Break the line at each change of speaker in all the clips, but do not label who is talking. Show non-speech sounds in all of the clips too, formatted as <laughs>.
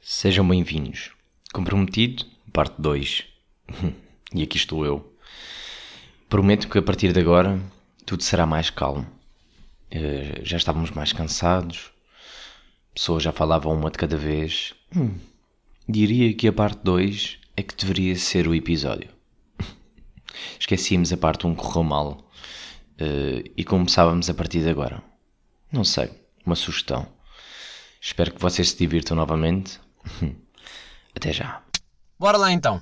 Sejam bem-vindos. Comprometido, parte 2. <laughs> e aqui estou eu. Prometo que a partir de agora tudo será mais calmo. Eh, já estávamos mais cansados, pessoas já falavam uma de cada vez. Hum, diria que a parte 2 é que deveria ser o episódio. <laughs> Esquecíamos a parte 1 correu mal eh, e começávamos a partir de agora. Não sei, uma sugestão. Espero que vocês se divirtam novamente. <laughs> Até já.
Bora lá então.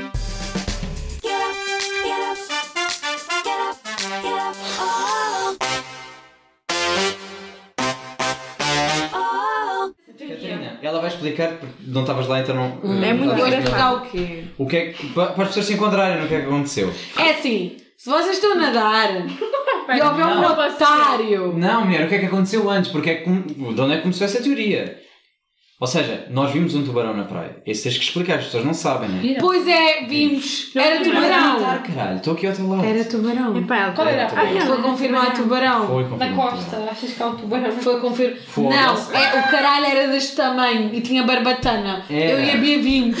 Get up, get up, get up, get up, oh. Oh.
Catarina, ela vai explicar porque não estavas lá, então não.
É muito
não sabes
engraçado
nada.
o quê?
O que é que, para, para as pessoas se encontrarem no que é que aconteceu.
É assim, se vocês estão a
<laughs>
nadar e houver um
não.
otário.
Não, mulher, o que é que aconteceu antes? Porque é que, com- de onde é que começou essa teoria? Ou seja, nós vimos um tubarão na praia. Esse tens que explicar, as pessoas não sabem, né?
Pois é, vimos. Era
Ah,
tubarão.
caralho, estou aqui ao teu lado.
Era tubarão.
Qual era?
Era tubarão.
Foi confirmar tubarão.
Foi, confirma.
É Na costa, achas que há um tubarão?
Foi confirmar.
Foi.
Não, é, o caralho era deste tamanho e tinha barbatana.
Era.
Eu e a
<laughs>
Bia vimos.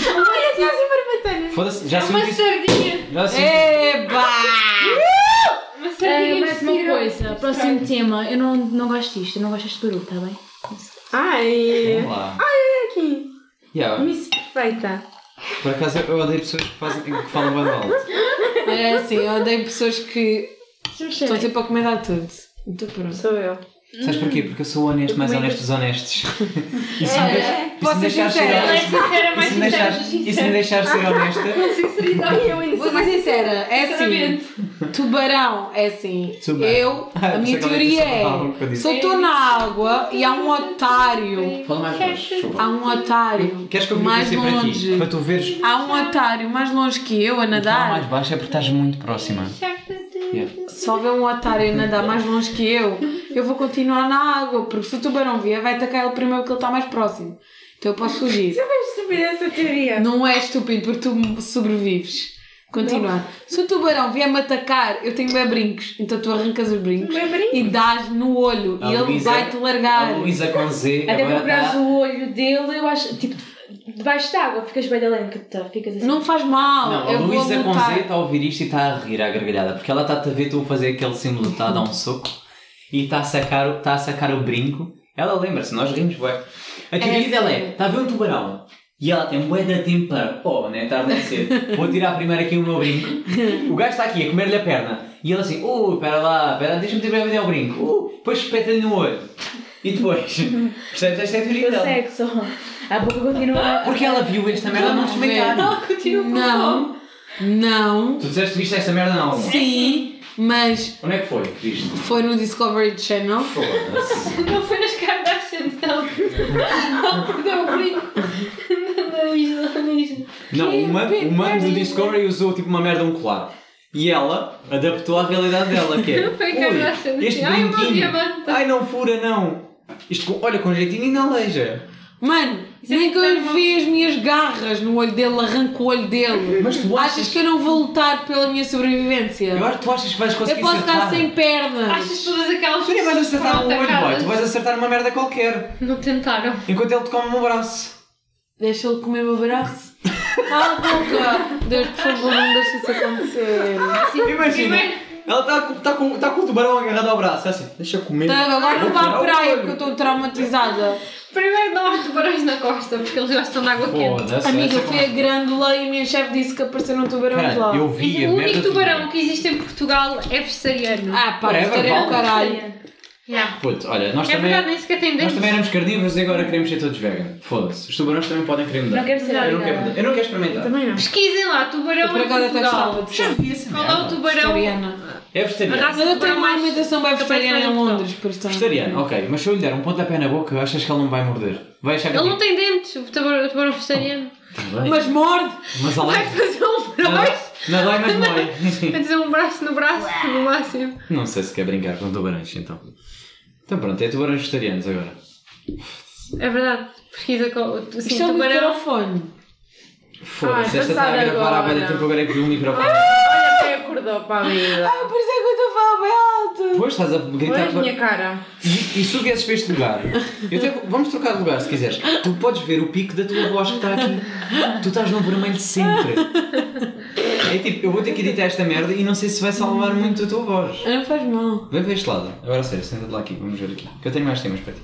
Foda-se, já sei o
É Uma
que isso.
sardinha! É.
Já sei.
É, Eba!
Uma
É,
sardinha
mais uma coisa, próximo tema. Eu não, não gosto disto, eu não gosto deste barulho, tá bem?
Vamos
Ai,
lá.
aqui.
Yeah,
Miss Perfeita.
por acaso eu odeio pessoas que, fazem, que falam bem alto.
É assim, eu odeio pessoas que estão sempre tipo, a comentar tudo. Então pronto.
Sou eu.
Sabes porquê? Porque eu sou honesto, mais honesto dos honestos. E
É.
se me deixas- e se
É, Posso
me
ser
deixares ser
sincera?
Ela é
honesta-
sincera,
E
mais
se me
sincera.
deixares, e se me deixares ser honesta,
Sinceridade. eu ainda
Vou
sou
ser
mais
sincera, é assim.
Sinceramente.
Tubarão, é assim.
Tubarão.
Eu,
<laughs> Ah,
a minha
pensei que ela
teoria
disse tubarão, que eu
é:
disse.
se eu estou na água e há um otário,
fala mais baixo. chupa.
há um otário
Queres que eu
mais
fique assim para ti?
longe,
Para tu veres.
há um otário mais longe que eu a
Fala mais
nadar.
baixo é porque estás muito
um
próxima. É. Yeah.
Se houver um otário a nadar mais longe que eu, eu vou continuar na água, porque se o tubarão vier, vai atacar ele primeiro que ele está mais próximo. Então eu posso fugir.
estúpida essa teoria.
Não é estúpido porque tu sobrevives. Continua. Se o tubarão vier-me atacar, eu tenho bem brincos. Então tu arrancas os brincos
Bué brincos?
e dás no olho
A
e ele
Luísa-
vai-te
A
largar.
Luísa com Z.
Até
agora
procuras
tá-
o olho dele, eu acho. Tipo, debaixo da água, ficas bem lenta, ficas assim.
Não faz mal.
Não, a
eu vou
Luísa com Z
lutar.
está a ouvir isto e está a rir à gargalhada, porque ela está-te a ver tu fazer aquele símbolo, está a dar um soco e está a sacar, o- está a sacar o brinco. Ela lembra-se, nós rimos, ué. A teoria
É,
dela
sim.
é: está a ver um tubarão e ela tem bué de tempo para, oh, né, tarde a cedo, vou tirar primeiro aqui o meu brinco. O gajo está aqui a comer-lhe a perna e ela assim, uh, pera lá, pera, deixa-me tirar bem o brinco, uh, depois espeta-lhe no olho. E depois, <laughs> percebes? Esta é a teoria dela.
Consegue só. A
<laughs>
boca continua.
Porque ela viu esta merda não desmentar.
Ela continua.
Não. Não.
Tu disseste que viste esta merda não.
Sim. Mas
Onde é que foi que viste?
foi no Discovery Channel.
<laughs>
Foda-se.
Não foi nas Kardashians, não. Ela perdeu o brinco. Na isla, na isla.
Não,
Que
uma,
pe-
uma do
merda.
Discovery usou tipo uma merda, um colar. E ela adaptou à realidade dela, que é.
Não <laughs>
"Ui,
foi Kardashian,
este
assim, "Ai, uma
brinquinho.
diamante."
Ai, não fura, não. Isto, com- olha, com jeitinho ainda aleija.
Mano,
é
nem que eu
muito
vi as minhas garras no olho dele, arranco o olho dele.
Mas tu achas-
Achas que eu não vou lutar pela minha sobrevivência?
Eu acho que tu achas que é vais
Eu
conseguir
posso
acertar.
ficar sem pernas.
Achas todas aquelas
Tu nem vais
pessoas que
tá
acertar um
foram
olho, boy.
atacadas?
Tu vais acertar uma merda qualquer.
Não tentaram.
Enquanto ele te come um
<laughs>
braço.
Deixa ele comer meu braço. Cala a boca! Deus, por favor, não deixe isso acontecer.
Imagina.
primeiro-
Ela está com, tá com, tá com o tubarão agarrado ao braço. É assim, deixa eu comer.
Tá, agora
Vou
não vá
furar
à
o
praia
olho.
porque eu estou traumatizada.
Primeiro não há tubarões na costa, porque eles gostam de água quente.
Foda-se,
Amiga,
essa
eu fui a grândola e a minha chefe disse que apareceram tubarões
Cara,
lá.
eu
E
vi a
o
merda
único
do
tubarão que existe em Portugal é vegetariano. É
Ah, pá,
Whatever,
estarei
vale.
no caralho.
Yeah.
Putz, olha, nós
É
também,
verdade, nem sequer tem
nós
dentes.
também éramos cardívoros e agora queremos ser todos vegan. Foda-se, os tubarões também podem querer mudar.
Não quero ser
eu não
vegan.
quero, mudar. eu não quero experimentar.
Também não.
Pesquisem lá,
Eu
tubarão
por
em
acaso até gostava
Portugal.
de ser
Qual é o tubarão?
vegetariana.
É
A
vegetariano.
raça
Mas eu tenho
tubarão
uma
mais-
alimentação bem
também
vegetariana em
está em Portugal.
Londres, portanto.
Vegetariano, ok, mas se eu lhe der um pontapé na boca, achas que ele não vai morder? Vai achar que
Ele não tem dentes, o tubarão, o tubarão é vegetariano.
Tá bem.
Mas morde!
Mas ela
Vai fazer um braço,
não dói, mas mói.
vai fazer um braço no braço, no máximo.
<laughs> não sei se quer brincar com tubarões, então. Então pronto, é tubarões vegetarianos agora.
É verdade. Pesquisa com assim, o
Isto é
sim,
um
tubarão.
microfone.
Foda-se,
Ai,
esta está a
passada
gravar há bem
agora.
Ah,
tempo, agora é que vi um microfone.
Olha, Pepe,
acordou para a vida.
Por isso é que eu estou a falar bem alto.
Depois estás a gritar
Pois,
para...
minha cara.
E, e sugestes para este lugar. Eu até vou- vamos trocar de lugar se quiseres. Tu podes ver o pico da tua voz que está aqui. Tu estás no vermelho sempre. É tipo, eu vou ter que editar esta merda e não sei se vai salvar muito a tua voz.
Não faz mal.
Vem para este lado. Agora a sério, senta-te lá aqui, vamos ver aqui. Que eu tenho mais temas para ti.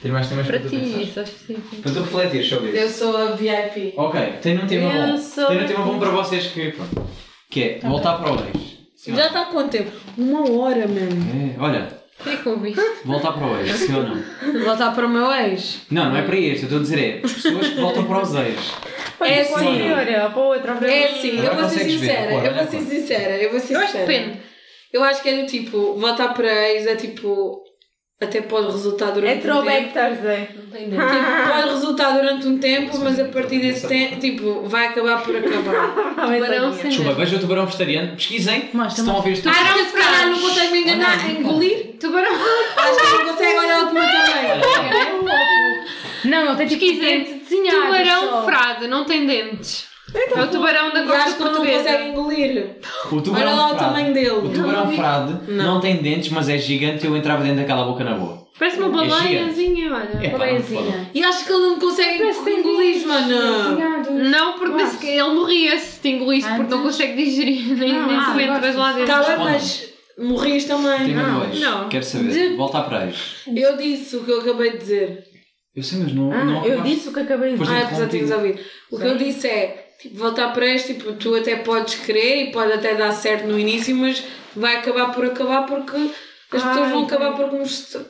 Tenho mais temas para,
Para
tu
ti,
pensar.
só específico.
Para tu refletir sobre isso.
sou a VIP.
Ok, tenho um tema
Eu
bom.
sou-
Tenho um tema bom para vocês que. pronto. Que é voltar para o ex. Sim ou
Já tá-
não?
está quanto tempo?
Uma hora, mano.
É, olha,
O que é que ouviste?
voltar para o ex, sim ou não?
Voltar para o meu ex.
Não, não é para este, eu estou a dizer é as pessoas que voltam para os ex.
Olha,
É
para
assim.
a senhora, para outra, para
É
mim.
assim,
Agora
eu vou ser
consegues ver,
sincera,
agora,
eu vou
olha
ser
agora.
sincera, eu vou ser
Eu acho que
sincera.
depende.
Eu acho que é do tipo, voltar para ex é tipo, até pode resultar durante
É
um tempo.
throwback Thursday.
Não tem dúvida.
Tipo, pode resultar durante um tempo, mas a partir desse tempo, tipo, vai acabar por acabar.
<laughs> Tubarão
Tubarão
sem...
sem-
Desculpa, veja o tubarão vegetariano, pesquisem,
Mas
se estão a ouvir isto.
Ah, não, se calhar não consegue me enganar, engolir.
Tubarão.
Acho que não consegue olhar o meu também.
Ah,
Não, ele tem tipo
Esquisito.
dente desenhado.
Tubarão
só.
frade, não tem dentes. É o tubarão da
Então, E acho
costa
que é não consegue
portuguesa.
engolir.
O tubarão
Olha lá o
frade-
tamanho dele.
O tubarão frade não. tem dentes, mas é gigante e eu entrava dentro daquela boca na boa.
Parece uma
É
baleiazinha, olha.
É pá, não me fodam.
E acho que ele não consegue engolir, mano.
Não, porque disse que ele morria-se te engolisse, porque não consegue digerir nem, nem
então. ah,
comer entras lá dentro.
Tá bem, mas morrias também.
Tema
Ah,
do ex.
não.
Quero saber. Voltar para ex.
Eu disse o que eu acabei de dizer.
Eu sei, mas não. não
Ah, eu
acho-
disse o que acabei de
Pois
dizer.
Ah,
é,
apesar de teres
contigo.
ouvido. O que eu disse é, tipo, voltar para este, tipo, tu até podes querer e pode até dar certo no início, mas vai acabar por acabar porque as
Ah,
pessoas vão
então.
acabar por começar.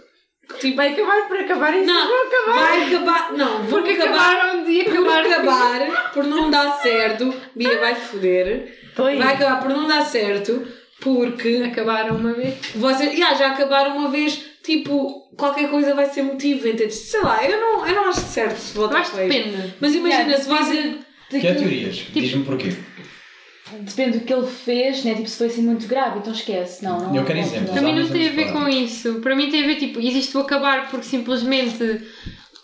Tipo,
Vai acabar por acabar isso.
não,
Vai acabar.
vai acabar. Não, vão
Porque
acabar.
acabaram de
Por
acabar.
acabar, por não dar certo, Bia vai foder.
Estou aí.
Vai acabar por não dar certo, porque
Acabaram uma vez.
vocês Ya, já acabaram uma vez, tipo, qualquer coisa vai ser motivo, entendes? Sei lá, eu não, eu não acho certo se
Eu
voltar
acho que
para isto.
depende.
Mas imagina, se vocês.
Que é teorias? Diz-me porquê.
Depende do que ele fez, né? Tipo, se foi assim muito grave, então esquece. Não, não.
Eu quero
não,
exemplos.
não.
Para mim
Já
não
nos
tem a
vamos
ver
falar.
com isso. Para mim tem a ver, tipo, existe o acabar porque simplesmente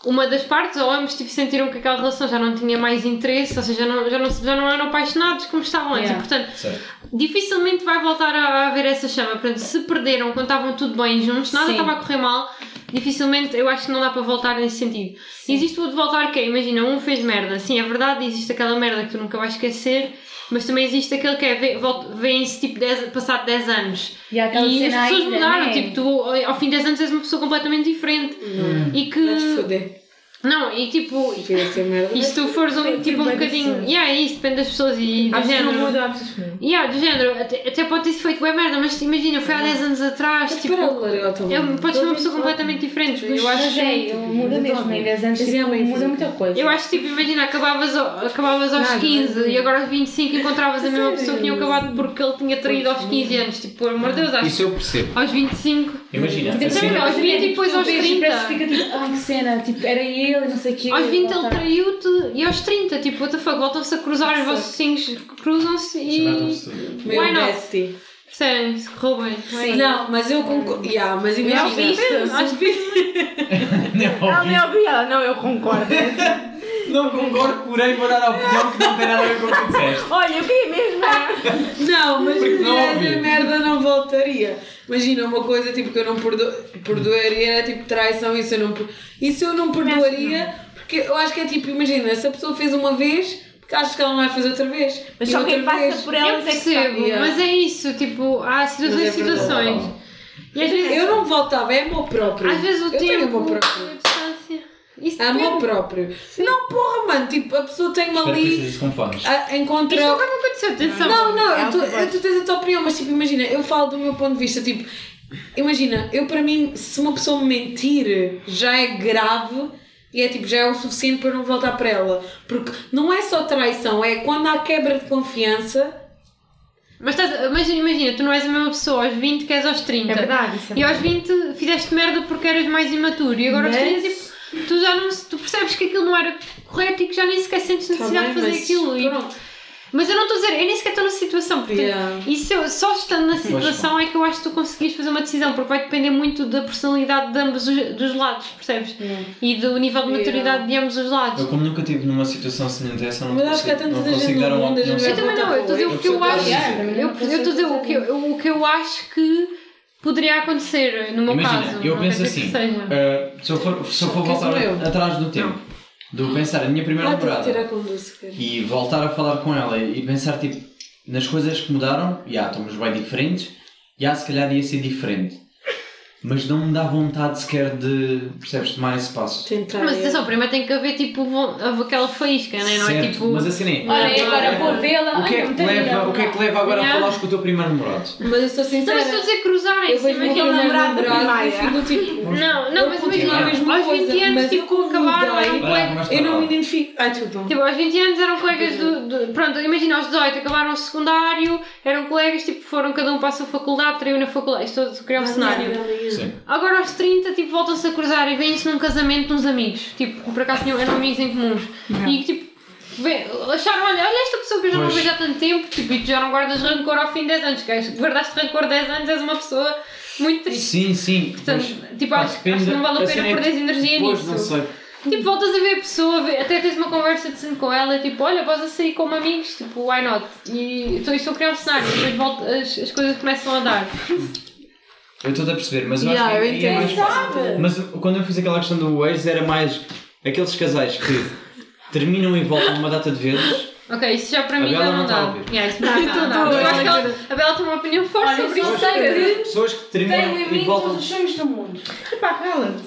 uma das partes ou ambos tipo, sentiram que aquela relação já não tinha mais interesse, ou seja, já não, já não, já não eram apaixonados como estavam antes.
Yeah.
E, portanto,
Certo.
dificilmente vai voltar a a haver essa chama. Portanto, se perderam quando estavam tudo bem juntos, nada
Sim.
estava a correr mal, dificilmente eu acho que não dá para voltar nesse sentido. Existe o de voltar que é, imagina, um fez merda, sim, é verdade, existe aquela merda que tu nunca vais esquecer, mas também existe aquele que é, vê- vol- vêem-se tipo 10, passado 10 anos.
E há aquela
E as
cena
pessoas
ainda,
mudaram,
né?
tipo, tu ao- ao fim de 10 anos és uma pessoa completamente diferente. E
Vais
que.
foder.
Não, e tipo.
Tira essa merda.
E se tu fores um, tipo, um
bem
bocadinho.
diferente.
Yeah, é isso depende das pessoas e do
Acho que não
género.
muda, acho que não.
Yeah, do género, até, até pode ter sido feito bem merda, mas imagina, foi há 10 anos atrás,
Mas
tipo,
para o Larry Otto,
eu,
mano.
podes ser uma pessoa completamente diferente. Eu
Mas
acho,
é, ele muda mesmo, em 10 anos
Mas é
tipo,
bem
muda
físico.
muita coisa.
eu acho tipo, imagina, acabavas, ao- acabavas aos 15 e agora aos 25 encontravas a mesma pessoa que tinha acabado porque ele tinha traído aos 15 anos, tipo, por amor de Deus, acho
Isso eu percebo.
aos 25.
Imagina.
Tipo,
assim-
também aos 20 e depois aos
Tu vês e
30.
Parece que fica tipo, ai que cena, tipo, era ele e não sei o quê.
Aos 20 ele
voltar.
traiu-te e aos 30, tipo, what the fuck, voltam-se a cruzar, os vossos cinhos cruzam-se e.
Meu
Why not?
bestie.
Percebem-se, roubem.
Não, mas eu concordo. Yeah, mas
Não
imagina.
viste?
é Acho que
Ah,
Não,
nem ouvi ela. Não, eu concordo.
<laughs> não concordo, porém vou dar a opinião que não tem nada a ver com o que disseste.
<laughs> Olha, eu caí mesmo.
Não, mas
Porque não ouvi.
essa merda não voltaria. Imagina uma coisa tipo que eu não perdo... perdoaria era tipo traição. Isso eu não, per- isso eu não perdoaria porque eu acho que é tipo, imagina, se a pessoa fez uma vez, porque acho que ela não vai fazer outra vez.
Mas
E
só
outra
quem passa
vez.
por
eu
elas é que sabe.
percebo,
yeah.
mas é isso, tipo, há situações e
Mas é verdade.
situações. E às vezes,
Eu não voltava, é amor próprio.
às vezes o
eu tenho
tempo. é
amor próprio.
a distância. Isso
É Amor
depende.
próprio. Não, porra, mano, tipo, a pessoa tem uma
Espero que
ali.
isso confones.
a-
Isto
Encontra.
nunca me aconteceu, atenção.
Não, não,
É
um
eu tu,
algo que
eu- tu tens a tua opinião, mas tipo, imagina, eu falo do meu ponto de vista, tipo, imagina, eu para mim, se uma pessoa me mentir já é grave e é tipo, já é o suficiente para eu não voltar para ela. Porque não é só traição, é quando há quebra de confiança.
Mas, estás, mas imagina, tu não és a mesma pessoa aos 20 que és aos 30.
É verdade, isso é
E aos 20 fizeste merda porque eras mais imaturo e agora aos 30 tipo, tu já não se- tu percebes que aquilo não era correto e que já nem sequer sentes
Tá
necessidade
bem,
de fazer
mas
aquilo. E, tipo,
pronto.
Mas eu não estou a dizer, eu nem sequer estou na situação, portanto,
Yeah.
isso eu, só estando na situação é que eu acho que tu conseguis fazer uma decisão, porque vai depender muito da personalidade de ambos os, dos lados, percebes? E do nível de
Yeah.
maturidade de ambos os lados.
Eu, como nunca estive numa situação semelhante a essa, não
Mas acho
consigo,
que há tanta
não
gente
consigo
no
dar uma
mundo, a gente
opinião.
Eu
sobre-
também não, eu estou a dizer o que eu
Eu
acho.
percebo
o que estás a dizer.
Eu eu estou a dizer o que eu, eu- o que eu acho que poderia acontecer no meu
Imagina,
caso.
eu
não
penso
quer dizer que
assim,
seja.
Uh, se eu for, se eu for
Quem
voltar
sou eu?
atrás do tempo, do pensar a minha primeira
Ah, estou a
namorada
tirar com música.
e voltar a falar com ela e pensar tipo nas coisas que mudaram, já estamos bem diferentes, já se calhar ia ser diferente. Mas não me dá vontade sequer de, percebes, tomar esse passo.
Tentar.
Mas
é.
atenção, primeiro tem que haver tipo vo- aquela faísca, né? não é
Certo,
tipo.
mas assim é.
Olha, e agora vou vê-la.
O que,
Ai,
é que
não
te
tenho
leva,
nada.
o que é que te leva agora a
Yeah.
falar com o teu primeiro namorado?
Mas eu estou
Não,
sincera.
mas estou a dizer cruzarem,
eu
se
vejo o meu
imagina-
primeiro namorado
namorado
e fico do tipo.
Não, não,
eu
mas
continuo
imagina,
a mesma
aos
coisa,
20 anos
mas um eu
tipo,
como
acabaram, eram
mudei-
colegas.
mas
Eu
tá
não
lá.
me identifico. Ai, desculpa.
Tipo, aos 20 anos eram colegas do, do- Pronto, imagina, aos 18 acabaram o secundário, eram colegas, tipo, foram cada um para a sua faculdade, traiu na faculdade. Estou a criar um cenário.
Sim.
Agora aos 30, tipo, voltam-se a cruzar e vêm-se num casamento de uns amigos. Tipo, por acaso tinham, eram amigos em comuns. E tipo, vê- acharam, olha, olha esta pessoa que eu já não
Pois.
vejo há tanto tempo, tipo, e tu já não guardas rancor ao fim de 10 anos, que és- guardaste rancor 10 anos, és uma pessoa muito triste.
Sim, sim.
Portanto,
pois.
tipo,
Pá,
acho, acho
depende-
que não vale a
cena
pena
é
perderes energia
Pois,
nisso.
não sei.
Tipo, voltas a ver a pessoa, vê- até tens uma conversa decente com ela, e tipo, olha, vais a sair como amigos, tipo, why not? E então estou a criar um cenário, e depois volta, as, as coisas começam a dar.
Eu estou a perceber, mas eu
Yeah,
acho
eu
que aí é mais
entendo.
fácil. Mas quando eu fiz aquela questão do ex, era mais aqueles casais que terminam e voltam uma data de vezes.
Ok, isso já para
A
mim
Bela
já
não
não
tá a
dá.
ouvir.
Yeah, isso para mim não dá. <laughs> Eu acho que ela- a Bela tem uma opinião forte
Olha,
sobre
eu
isso.
sei que
Pessoas que
tenho
terminam
em
e
mim todos
voltam.
os sonhos do mundo.
Pá, cala-te.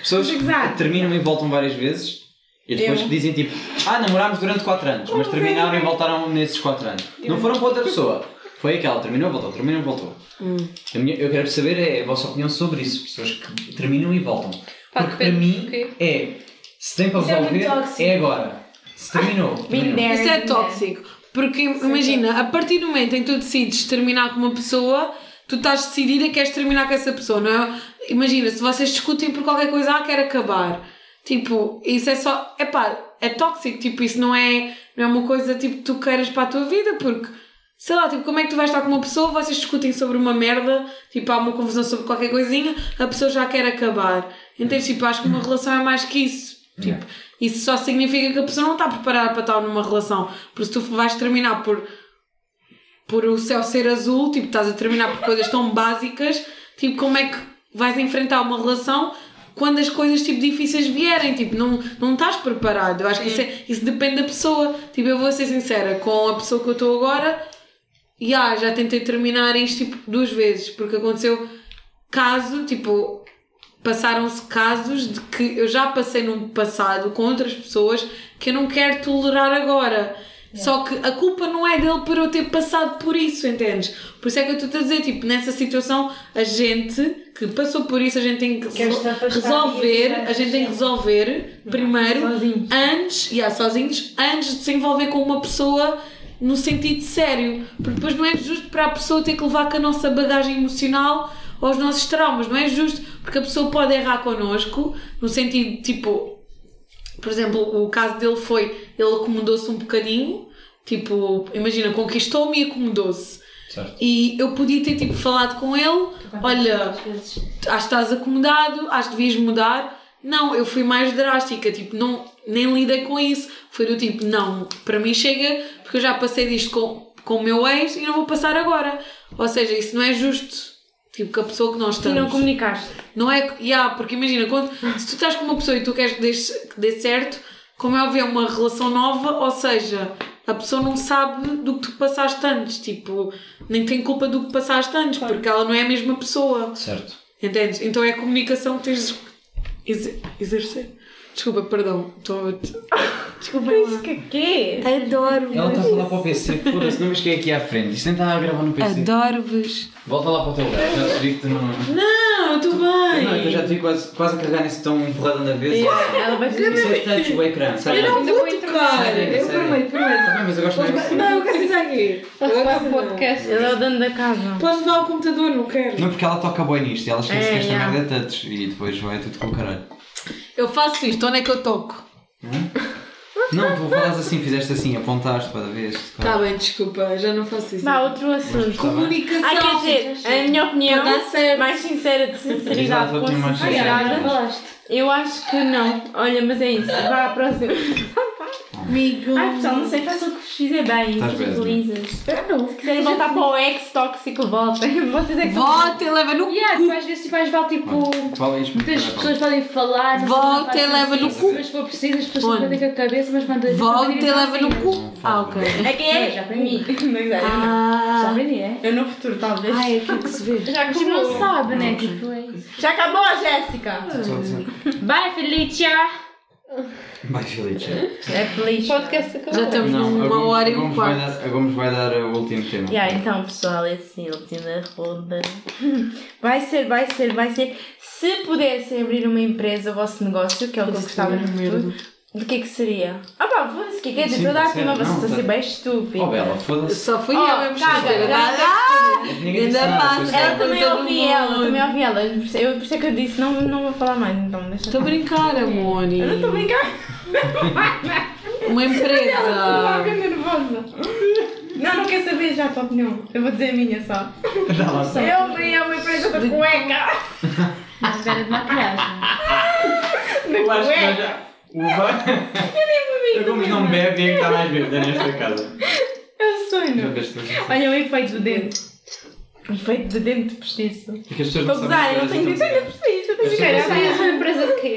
Pessoas que
Exato.
terminam e voltam várias vezes. E depois
Eu.
que dizem tipo, ah, namorámos durante 4 anos, mas terminaram e voltaram nesses 4 anos. Não foram para outra pessoa. Foi aquela, terminou, voltou, terminou, voltou. A minha- eu quero saber é a vossa opinião sobre isso. Pessoas que terminam e voltam.
Pá,
Porque para
depende.
mim
Ok.
é, se tem para
Isso é muito
resolver,
tóxico.
é agora. Se terminou, terminou.
there,
Isso é
been
tóxico. Porque imagina, a partir do momento em que tu decides terminar com uma pessoa, tu estás decidida que queres terminar com essa pessoa, não é? Imagina, se vocês discutem por qualquer coisa, ah, quero acabar. Tipo, isso é só. É pá, é tóxico. Tipo, isso não é, não é uma coisa tipo, que tu queiras para a tua vida, porque. Sei lá, tipo, como é que tu vais estar com uma pessoa, vocês discutem sobre uma merda, tipo, há uma confusão sobre qualquer coisinha, a pessoa já quer acabar. Entendes? Tipo, acho que uma relação é mais que isso. Tipo,
Yeah.
isso só significa que a pessoa não está preparada para estar numa relação. Porque se tu vais terminar por, por o céu ser azul, tipo, estás a terminar por coisas tão básicas, tipo, como é que vais enfrentar uma relação quando as coisas tipo, difíceis vierem? Tipo, não, não estás preparado. Eu acho que isso, é- isso depende da pessoa. Tipo, eu vou ser sincera, com a pessoa que eu estou agora, Ya, já tentei terminar isto tipo, duas vezes, porque aconteceu caso, tipo, passaram-se casos de que eu já passei num passado com outras pessoas que eu não quero tolerar agora. Só que a culpa não é dele por eu ter passado por isso, entendes? Por isso é que eu estou a dizer, tipo, nessa situação, a gente que passou por isso, a gente tem que
Queres-te
resol-
afastar e é
resolver,
ajudar
a gente tem que
gente.
resolver primeiro
Sozinho.
antes, yeah, sozinhos, antes de se envolver com uma pessoa no sentido sério. Porque depois não é justo para a pessoa ter que levar com a nossa bagagem emocional ou os nossos traumas. Não é justo, porque a pessoa pode errar connosco, no sentido tipo, por exemplo, o caso dele foi, ele acomodou-se um bocadinho, tipo, imagina, conquistou-me e acomodou-se.
Certo.
E eu podia ter tipo falado com ele, olha,
Às vezes.
acho que estás acomodado, acho que devias mudar. Não, eu fui mais drástica, tipo, não, nem lidei com isso. Foi do tipo, não, para mim chega, porque eu já passei disto com, com o meu ex e não vou passar agora. Ou seja, isso não é justo. Tipo, que a pessoa que nós
Tu
estamos.
não comunicaste.
Não é. que- Yeah, porque imagina, quando, se tu estás com uma pessoa e tu queres que dê, que dê certo, como é óbvio, é uma relação nova, ou seja, a pessoa não sabe do que tu passaste antes. Tipo, nem tem culpa do que passaste antes, porque ela não é a mesma pessoa.
Certo.
Entendes? Então é a comunicação que tens de ex- exercer. Desculpa, perdão. Estou. Desculpa.
Mas que é? quê?
Adoro.
Ela está a falar para o PC, foda-se, não me cheguei aqui à frente. Isto nem está a gravar no PC.
Adoro-vos.
Volta lá para o teu lugar, já percebi que tu não.
Não, é estou
Não, eu já
Ah, bem.
te vi quase, quase a carregar nesse tão empurrada na vez.
Ela vai
Isso é touch o ecrã, sabe?
Eu não
Ainda
vou
vou entrar.
tocar.
Sério,
Eu
sério.
prometo, prometo.
Tá bem, mas eu gosto mesmo.
Não, eu quero sentar aqui. Eu
Ele
quero
vai para o
sentar.
um podcast.
Ele é o dono da casa.
Podes levar o computador, não quero.
Não, porque ela toca bem nisto e ela esquece
É,
que esta
yeah.
merda é touch e depois vai tudo com o caralho.
Eu faço isto, onde é que eu toco?
Não, tu falaste assim, fizeste assim, apontaste para ver.
Tá bem, desculpa, já não faço isso.
Vá, outro assunto.
Tá
Comunicação.
Ah, quer dizer, a minha opinião,
Para dar certo.
mais sincera, de sinceridade,
Exato, a
com
opinião mais
Já
sinceridade,
falaste.
eu acho que não. Olha, mas é isso. Vá, à próxima.
Amigo.
Ai, pessoal, não sei, façam o que vos fizer bem.
Estás bem,
Estás felizes. Se quiserem voltar para o ex-tóxico, voltem. <laughs> Vocês é que
Vote, leva no
Yeah, tu às vezes tipo, mais vale tipo.
Fala isso.
Muitas pessoas podem falar. mas
Volta
não fazem
e leva no
isso.
cu.
Mas se for preciso, as pessoas
Onde?
não batem com a cabeça, mas mandam.
Vote
mandam
e leva no
assim.
cu. Ah, ok.
É que
Não,
é.
já aprendi.
Não sei.
Já
Ah,
aprendi, é?
Eu no futuro, talvez.
ai, é aquilo que se vê.
Já
Mas tipo, não sabe, né? Tipo, é isso.
Já acabou a Jéssica.
Bye, Felicia!
Vai, Felicia.
É feliz.
Podcast acabou.
Já estamos numa hora e um
vai
quarto.
dar, a Gomes vai dar uh, o último tema.
Yeah, então, pessoal, esse é o fim da ronda. Vai ser, vai ser, vai ser. Se pudessem abrir uma empresa, o vosso negócio, que é o que eu gostava no
um
futuro, do que é que seria? Ah pá, foda-se, o que é que é?
Sim,
Toda a
sério,
turma, vocês
não,
estão a ser
tá-
bem estúpidos.
Oh, Bela, foda-se.
Só fui
Oh,
eu mesmo.
caga,
estúpida.
caga.
Ninguém disse
Ainda
nada,
faz.
foi só-
Ela também
Todo
ouvi
mundo.
ela, também ouvi ela. Eu, por isso é que eu disse, não, não vou falar mais, então deixa
Estou a brincar, Amoni.
Eu não estou a brincar,
Uma
estou
empresa.
bem nervosa. Não, não quero saber já a tua opinião. Eu vou dizer a minha só.
Dá lá.
Eu abri uma empresa da cueca. <laughs>
Ah,
Mas era de
<laughs>
maquilhagem.
Eu acho que nós já. <laughs> Uva. A Gomes não bebe e é que está mais bêbada nesta casa.
É o
Já
sonho.
veste assim.
Olha o efeito do dente. O efeito do dente postiço.
É que as pessoas não
Estou a
sabem
gozar,
que
eu não
elas
tenho dente
estão
ainda postiço. assim
Eu
Eu tenho
sei, eu
cara
sei.
aberta.
Uma empresa de quê?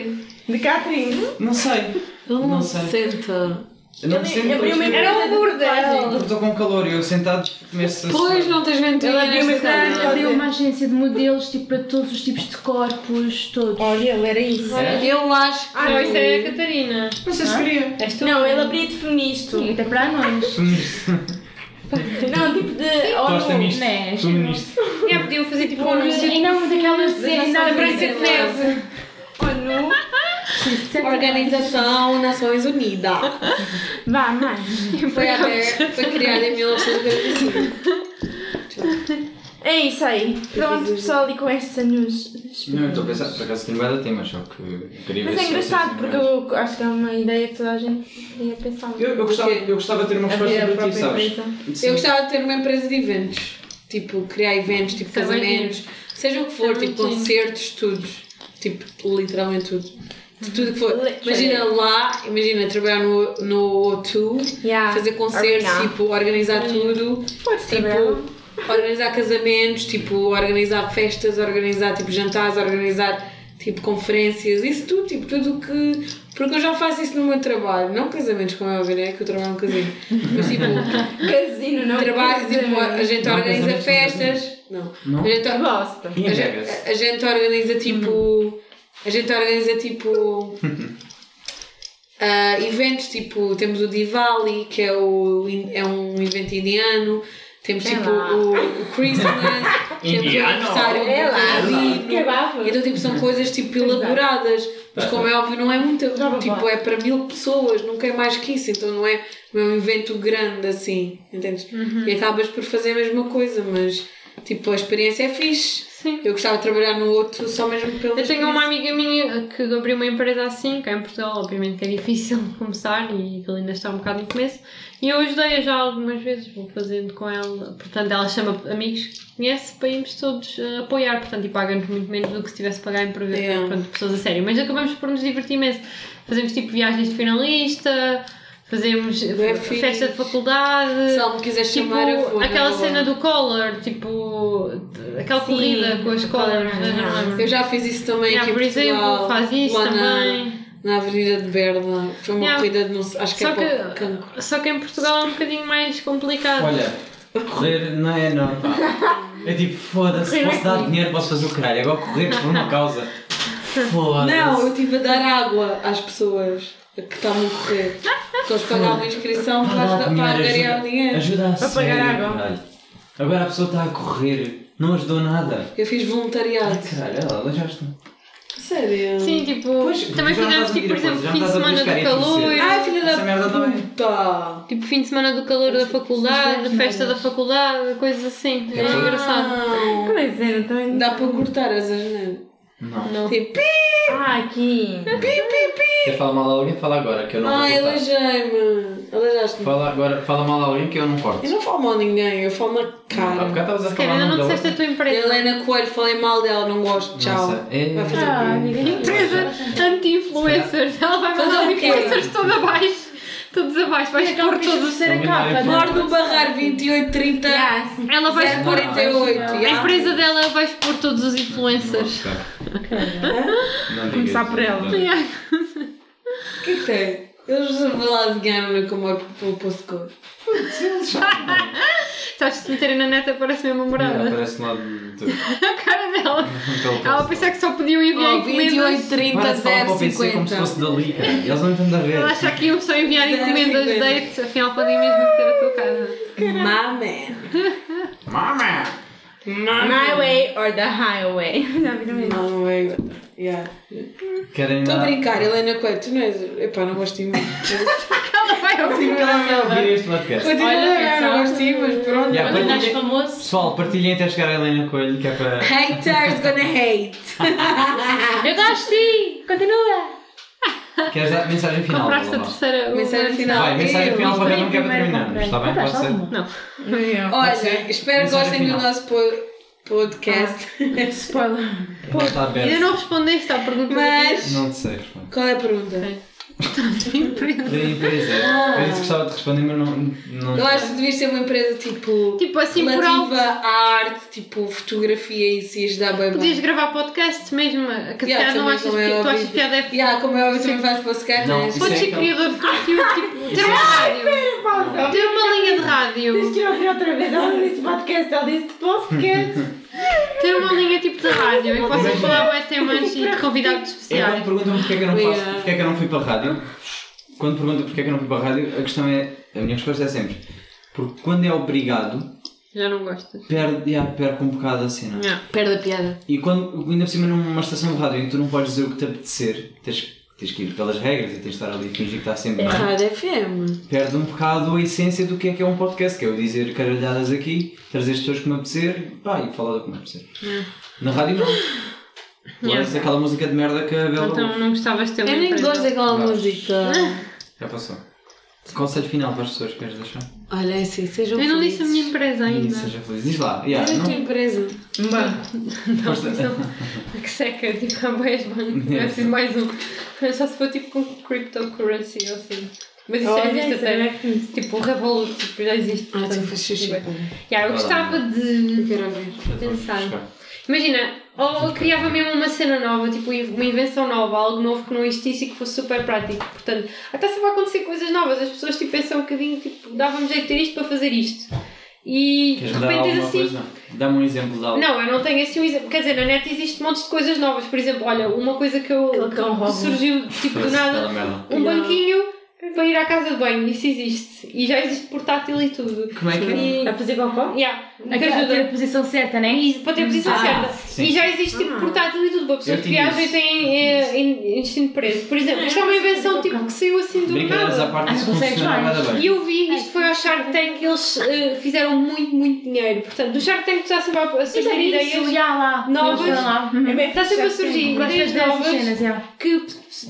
de Catherine.
Não sei.
Ele não,
Não sei.
senta.
Eu não me
Eu
sinto
abri uma
hoje.
empresa
Era um
de
bordel.
Porque estou com calor e eu sentado começo a.
Pois, não tens
Ela
mentira
abriu uma
nesta
empresa.
casa.
Abriu uma agência de modelos tipo, para todos os tipos de corpos, todos.
Olha, ele era isso.
É?
Eu acho que...
Ah, não, isso é a Catarina.
Não sei se queria.
És tu?
Não, ele abria de feministo.
Sim, até para
É,
nós.
Não, tipo de...
Tosta
ONU.
nisto.
né?
Tudo nisto.
Já podiam fazer tipo um
Porque-
anúncio
E não daquelas
de
daquelas-
Branca de Neve.
ONU.
Organização Nações Unidas.
<laughs> Vá, mãe.
Foi, aberta, foi criada em 1945.
É isso aí. Pronto, pessoal, e com esta news.
Não, eu estou a pensar, por acaso tenho bada tema, só que queria ver
Mas é
se assim,
engraçado
vocês-
porque eu acho que é uma ideia que toda a gente ia pensar.
Eu, eu, gostava, eu gostava de ter uma
Abrir a
resposta para ti,
própria
sabes?
empresa.
Sim.
Eu gostava de ter uma empresa de eventos. Tipo, criar eventos, tipo
Também
casamentos, seja o que for,
Também
tipo
sim.
concertos, tudo. Tipo, literalmente tudo. De Tudo que for.
Le- é.
Imagina lá, imagina trabalhar no, no O2,
Yeah,
fazer concertos,
organizar.
tipo, organizar tudo.
Podes trabalhar.
Tipo, organizar casamentos, tipo, organizar festas, organizar tipo jantares, organizar tipo conferências, isso tudo, tipo, tudo o que. Porque eu já faço isso no meu trabalho, não casamentos como é óbvio, né? Que eu trabalho num casino. Mas tipo,
Casino, não é-
trabalho, tipo, a gente
Não,
organiza
casamentos
assim.
não
festas. Não.
Não?
A gente, or-
Gosta.
E
a
em
gente,
Vegas?
a gente organiza tipo. A gente organiza
<laughs>
tipo. ah, eventos tipo. Temos o Diwali, que é, o, in- é um evento indiano. Temos
É
tipo
lá.
o, o
<laughs>
Christmas, temos o
Indiano?
aniversário
É lá.
do
Que
Divino.
bafo.
Então, tipo,
Uhum.
são coisas tipo elaboradas. Mas, como é óbvio, não é muito.
Tá
Tipo,
bom.
é para mil pessoas, nunca é mais que isso. Então, não é, não é um evento grande assim. Entendes?
Uhum.
E acabas por fazer a mesma coisa, mas, tipo, a experiência é fixe.
Sim.
Eu gostava de trabalhar no outro só mesmo pelo.
Eu tenho uma amiga minha que abriu uma empresa assim, cá em Portugal, obviamente que é difícil <laughs> de começar e aquilo ainda está um bocado no começo. E eu ajudei-a já algumas vezes, vou fazendo com ela. Portanto, ela chama amigos que conhece para irmos todos eh, apoiar. Portanto, e paga-nos muito menos do que se tivesse a pagar em projeto,
Yeah.
pronto, pessoas a sério. Mas acabamos por nos divertir imenso. Fazemos tipo viagens de finalista, fazemos eh,
Bué fixe.
festa de faculdade.
Se ela me quiser
Tipo,
chamar, eu vou. é
aquela cena do collar, tipo, aquela
Sim,
corrida com as
o collar,
collars,
não,
eu já
não.
não lembro.
Eu já fiz isso também
Yeah,
aqui em
por exemplo,
Portugal,
um faz isso
lá
também.
Na, na Avenida de Berna. Foi uma
Yeah.
corrida de não sei- acho que
Só
é para o cancro.
que, só que em Portugal é um bocadinho mais complicado.
Olha, correr não é não,
<laughs>
pá. É tipo, foda-se,
é
posso dar dinheiro, posso fazer o caralho. Agora correr por uma
<laughs>
causa. Foda-se.
Não, eu estive a dar água às pessoas que estavam a correr. Porque eles pagavam a inscrição
Pá,
para
dá
ajudar- para
ajuda-
angariar dinheiro.
Ajuda a
pagar
sério,
água.
caralho. Agora a pessoa está a correr, não ajudou nada.
Eu fiz voluntariado.
Caralho, ela aleijaste-me.
Sério?
Sim, tipo,
Pois,
também
já não
fizemos
estás a
tipo, por
pedir a
exemplo,
coisa, já
fim de
estás a
semana
buscar
do
e a
calor.
torcer.
Ai, filha da
Essa merda não é.
puta!
Tipo, fim de semana do calor da faculdade,
Essas
festa da faculdade, coisas assim. É engraçado.
Não.
Pois é, não também.
Dá para cortar as asneiras.
Não.
Não.
Tipo,
Ah, aqui.
Quer falar mal a alguém? Fala agora, que eu não vou
ai,
cortar.
elogiei-me. Elogiaste-me.
Fala agora, fala mal a alguém que eu não corto.
Eu não falo mal de ninguém, eu falo na
Há
cara.
bocado estavas a
Quer
falar
ainda
mal
não
da
disseste
outra.
a tua empresa.
Helena Coelho, falei mal dela, não gosto, tchau.
Nossa, é-
Vai fazer
Ah,
o quê?
ninguém
Empresa anti-influencers. Ela vai
Fazer
mandar
o
os
quê? é
influencers todos abaixo. Todos abaixo. Vai expor todos.
ser a
Também não
capa.
é
não é?
Moro no Barrar 28, 30,
Ah, sim.
Ela vai
Zero
expor.
quarenta e
48.
Não.
A
já.
empresa dela vai expor todos os influencers.
Não digas.
Começar por ela.
<laughs>
Não.
O que é que tem? Eles lá ganharam como é que eu posso cor.
Sabes, se meterem na neta parece mesmo
Não,
morada.
Parece lá de um tudo.
<laughs> A cara dela. Ela
Então,
pensar que só podiam enviar
Oh, 28,
encomendas.
30,
Parece que ela
0,
pode ser como se
50.
fosse da Liga. Eles não entendem a
Ela
ver.
acha que iam só enviar
Zero
encomendas de
encomendas.
date. Afinal, podem mesmo meter a tua
<laughs>
casa.
Mamé.
Mama!
My way or the highway. <laughs> Não, não, não.
Mamé. Yeah.
Querem
Estou a
dar-
brincar, Helena Coelho, tu não és. Epá, não gosto de
<laughs>
mim.
Ela vai ouvir.
Sim, que ela vai ouvir este podcast.
Continua,
Olha,
eu não gosto de mim, mas pronto.
Yeah,
Quando estás
partilhem-
famoso,
Pessoal, partilhem até chegar a Helena Coelho, que é para.
Haters gonna hate. Ah.
eu gosto de ti. Continua.
Queres dar é mensagem final?
Compraste a
Lola?
terceira.
Mensagem é final.
Vai, mensagem
Eu.
final para cada um que é para
Primeiro
terminarmos,
comprei.
está bem? Pode
Compraste
ser?
alguma?
Não.
Olha, espero que
Mensagem
gostem do
final.
nosso po- podcast.
Spoiler.
Não está
Ainda
aberto.
não respondeste à pergunta.
Mas.
Não te sei. pá.
Qual é a pergunta?
da empresa.
<laughs>
Da empresa. Eu disse que gostava de responder, mas não. não...
Eu acho que devias ser uma empresa tipo.
Tipo assim, por alto.
relativa à arte, tipo fotografia e se ajudar bem
Podias
bem.
gravar podcast mesmo. Que se
Yeah,
calhar não
também,
achas
como é
que tu
óbvio.
achas piada é.
Yeah, como é óbvio, também vais para o Skype,
Não,
não é?
isso
Podes
é
ser
aquela-
criador de conteúdo, tipo, ter uma rádio. Ter uma linha de rádio.
é
Tens que ir ouvir outra vez. Ela não disse podcast, ela disse podcast.
Ter uma linha tipo de rádio em que possas falar bué temas e de convidados
É
especiais.
quando perguntam-me porque é que eu não faço,
eh,
Yeah.
porque é que eu não fui para a rádio. Quando perguntam porque é que eu não fui para a rádio, a questão é. A minha resposta é sempre. Porque quando é obrigado,
Já não gostas.
perde, já, perde um bocado a cena.
Não.
Perde a piada.
E quando, ainda por cima, numa estação de rádio em que tu não podes dizer o que te apetecer, tens, tens que ir pelas regras e tens de estar ali e fingir que está
É.
sempre bem.
Rádio FM.
Perde um bocado a essência do que é que é um podcast, que é eu dizer caralhadas aqui, trazer as pessoas que me apetecer, pá, e falar do que me apetecer. Na rádio não. Agora
Yeah.
é aquela música de merda que a Bela
Então
ouve.
não gostavas de ter
Eu
uma
nem
empresa.
gosto daquela
Não.
música.
Já passou. Conselho final para as pessoas que queres deixar?
Olha, é assim, sejam
Eu não disse a minha
felizes.
empresa
E
ainda.
seja feliz. Diz lá. Yeah,
Olha a tua
não,
empresa.
força.
Que seca, tipo, há boias bancos.
Yeah.
É preciso mais um. Mas só se for tipo com cryptocurrency ou assim. Mas isso já
Olha,
existe
isso
até.
é fixe.
Tipo, o Revolut tipo, já existe.
Ah, tu
portanto,
faz xixi.
tipo, yeah, eu
Vai lá,
gostava
Eu
de.
quero ouvir.
Pensar. Imagina, ou eu criava mesmo uma cena nova, tipo uma invenção nova, algo novo que não existisse e que fosse super prático. Portanto, até se vai acontecer coisas novas, as pessoas tipo, pensam um bocadinho, tipo, dava-me jeito de ter isto para fazer isto. E
Queres
de
dar
repente
alguma
tens assim.
coisa? Dá-me um exemplo de algo.
Não, eu não tenho assim um exemplo. Quer dizer, na net existe montes de coisas novas. Por exemplo, olha, uma coisa que eu
Aquele cão
que
roubo.
surgiu tipo do
Foda-se,
nada,
aquela merda.
um
Yeah.
banquinho para ir à casa de banho. Isso existe. E já existe portátil e tudo.
Como é que é?
E,
A fazer cocó?
yeah, que
Aquela
ajuda.
ter a posição certa, né?
E para ter a posição
Ah,
certa.
sim.
E já existe tipo portátil e tudo para pessoas
Eu
que
tinha
viajam e
isso.
têm eh, in- instinto preso. Por exemplo, isto é uma invenção tipo que saiu assim do
Brincadeiras à
nada.
parte, isso
Ah, consegues
funciona
mais.
nada bem.
E eu vi, isto foi ao Shark Tank e eles eh, fizeram muito, muito dinheiro. Portanto, do Shark Tank já se vai a
Isso
surgir
é
ideias.
isso, já lá.
novas.
Eles foram lá. Uhum.
Está sempre a surgir ideias
Gostas dessas
novas
cenas, já.
que,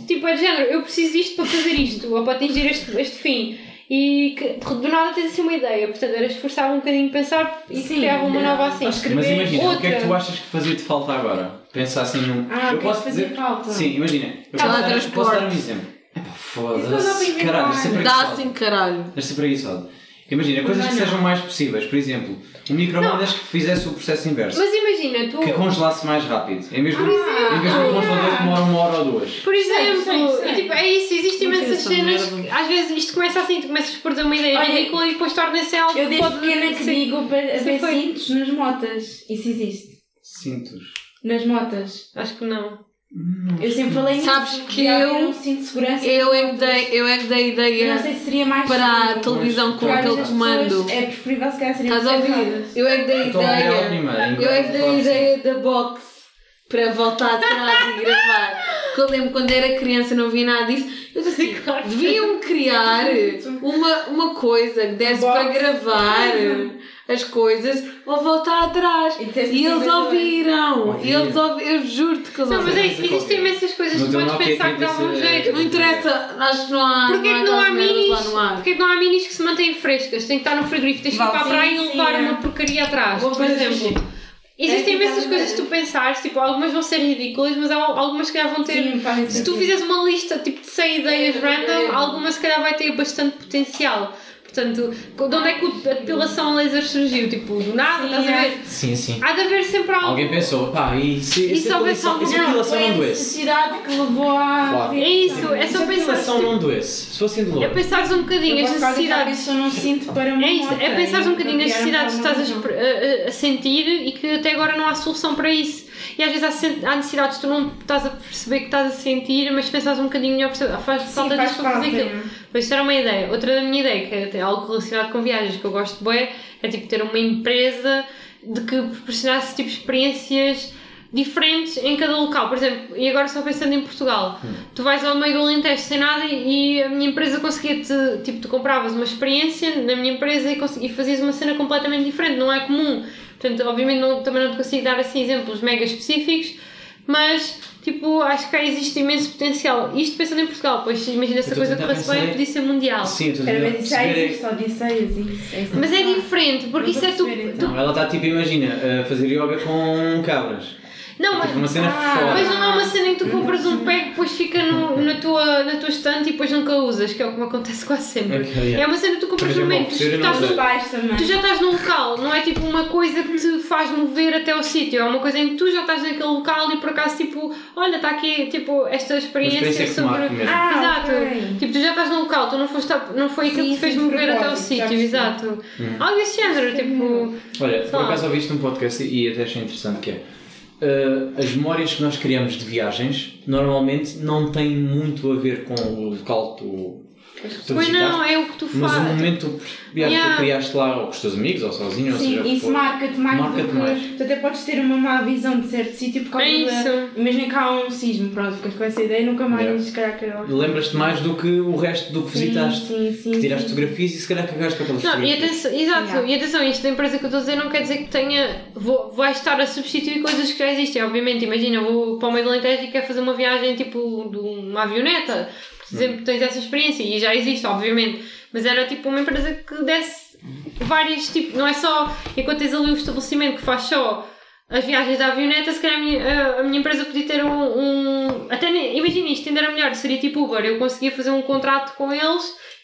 tipo, é de género, eu preciso disto para fazer isto, ou para atingir este, este fim. E que do nada tens assim uma ideia, portanto era esforçar um bocadinho pensar e
Sim,
criava uma
é.
nova assim.
Mas imagina, o que é que tu
Outra.
achas que fazia-te falta agora? Pensa assim num.
Ah, o que é que fazia
dizer-
falta?
Sim, imagina. Eu posso dar,
Teletransporte.
posso dar um exemplo. Epá,
Isso não dá para
Foda-se,
inventar.
caralho, deve ser
Dá
preguiçoso.
assim, caralho.
Deve ser preguiçoso. Imagina, coisas que
não.
sejam mais possíveis. Por exemplo, um microondas que fizesse o processo inverso.
Mas imagina, tu,
Que congelasse mais rápido. Em vez do,
Ah,
em vez do congelador que demora uma hora ou duas.
por exemplo,
sei, sei.
e, tipo, é isso, existem
Não
imensas
sei essa
cenas,
merda.
que, às vezes isto começa assim, tu começas por ter uma ideia
Olha,
ridícula e depois torna-se algo
Eu
que
desde
pode
pequena que
ser-
digo para
se
ver
foi.
cintos nas motas. Isso existe.
Cintos.
Nas motas.
Acho que não.
Hum.
Eu sempre falei nisso.
Sabes que
de haver
eu-
um cinto de segurança.
Eu
nas
é que
motas.
dei, eu é que dei
Eu
ideia
não sei se seria mais
para a
seguro.
televisão com
Porque às
aquele
vezes as pessoas-
comando.
É preferível se calhar seria
Estás a
mais
ouvir?
seguro.
Eu é que dei
Estou a ouvir ela
ideia.
Então, primeiro.
Eu é que
enquanto
dei a
falo
ideia da box para voltar atrás e gravar. Porque eu lembro quando era criança não vi nada disso. Eu disse assim, deviam criar uma, uma coisa que desse para gravar. as coisas, vou voltar atrás.
E
E,
disseste
assim,
eles
52.
ouviram. E
Ouviram.
eles ouvi- Eu juro-te que eles
é. Não, mas é
ouviram.
isso, existem imensas coisas
No
que podes
jornal, o que é que
pensar que
deve
davam
ser?
jeito.
Não interessa, acho que não há.
Porquê que não há
aquelas merdas
minis?
lá no ar.
Porquê que não há minis que se mantêm frescas? Tem que estar no frigorífico, tens que ir para a
Vale,
praia e
sim,
levar
sim, é.
uma porcaria atrás.
Vou
Por
fazer
exemplo,
xixi.
existem
É, fica
imensas
a
coisas que tu pensares, tipo, algumas vão ser ridículas, mas há algumas que já vão ter.
Sim, fazem
Se tu
sentido.
fizeres uma lista tipo de 100 ideias random, alguma se calhar vai ter bastante potencial. Portanto, de onde é que a depilação a laser surgiu? Tipo, do nada,
Ah, Sim,
estás a
é.
ver?
Sim, sim.
Há de haver sempre algo.
Alguém pensou, pá, e se,
E
e se,
se
a
houvesse
depilação- e se a
algum-
depilação
Foi a
não doesse?
necessidade que levou à.
Claro.
É isso, é
E se
só
a depilação
pensar.
não doesse? Se fosse indolor.
É pensares um bocadinho as
Eu posso ficar dentro da
necessidades.
pessoa, não sinto para uma
É isso, é
moto,
pensar um
e
bocadinho as
não criar
necessidades que
uma
estás a,
moto.
exper- a- a- a sentir e que até agora não há solução para isso. E às vezes há, sen- há necessidades que tu não estás a perceber que estás a sentir, mas pensares um bocadinho melhor, perce- ah, faz falta
faz
disto para fazer
falta,
aquilo.
é.
Mas isso era uma ideia. Outra da minha ideia, que é até algo relacionado com viagens, que eu gosto bem, é tipo ter uma empresa de que proporcionasse tipo experiências diferentes em cada local. Por exemplo, e agora só pensando em Portugal, tu vais ao meio do Alentejo sem nada e e a minha empresa conseguia-te, tipo, tu compravas uma experiência na minha empresa e, consegui- e fazias uma cena completamente diferente, não é comum. Portanto, obviamente não- também não te consigo dar assim exemplos mega específicos, mas tipo, acho que cá existe imenso potencial. Isto pensando em Portugal, pois imagina essa
Eu estou
coisa
a
que
tentar
corresse bem
pensar-
podia ser mundial.
Sim, tu
Era bem, já existe odisseias, isso. isso.
Mas é diferente, porque
Eu
isso
vou
é tu.
perceber,
tu-
então.
Não, ela está tipo, imagina, a fazer yoga com cabras.
Não, mas.
Tipo, uma cena
Ah,
fora.
Mas não é uma cena em que tu compras um pack, depois fica no- na, tua, na tua estante e depois nunca usas, que é o que me acontece quase sempre.
Ok, yeah.
É uma cena que tu compras
Mas é
no
uma
momento, tu
oficina,
estás
não
num
Os pais também.
Tu já estás num local, não é tipo uma coisa que te faz mover até ao sítio, é uma coisa em que tu já estás naquele local e por acaso tipo, olha, está aqui tipo esta experiência,
Uma experiência que te
sobre.
marca mesmo.
Ah,
exato.
ok.
Tipo, tu já estás num local, tu não foste a- não foi aquilo
Sim,
que te fez
sim, de
mover até ao
propósito, já
sítio,
percebi. é
exato.
Hum.
Algo desse género, tipo.
Olha,
Sei
por
lá.
acaso ouviste um podcast e até achei interessante que é eh, as memórias que nós criamos de viagens normalmente não têm muito a ver com o local que tu, que tu
Pois não,
visitaste,
é o que tu
mas um o
fazes.
momento que tu, yeah,
Yeah.
tu criaste lá ou com os teus amigos ou sozinho, ou seja, o
Sim,
que
isso
for.
marca-te, marca-te.
Marca-te
porque
mais.
Tu até podes ter uma má visão de certo sítio por causa
É isso.
da... Imagina que há um sismo, pronto, ficas com essa ideia e nunca mais,
Yeah.
se calhar, quero lá.
Lembras-te mais do que o resto do que visitaste.
Sim, sim,
que tiraste
sim.
fotografias e se calhar cagaste para aquelas
Não, e
fotografias.
atenção, exato,
Yeah.
e atenção, isto da empresa que eu estou a dizer não quer dizer que tenha, vou, vai estar a substituir coisas que já existem, obviamente, imagina, eu vou para o meio do Alentejo e quero fazer uma viagem tipo de uma avioneta, por exemplo, tens essa experiência, e já existe, obviamente, mas era tipo uma empresa que desse vários tipos, não é só, enquanto tens ali o estabelecimento que faz só as viagens da avioneta, se calhar a minha, a- a minha empresa podia ter um. um- até nem- imagina isto, ainda era melhor, seria tipo Uber. Eu conseguia fazer um contrato com eles,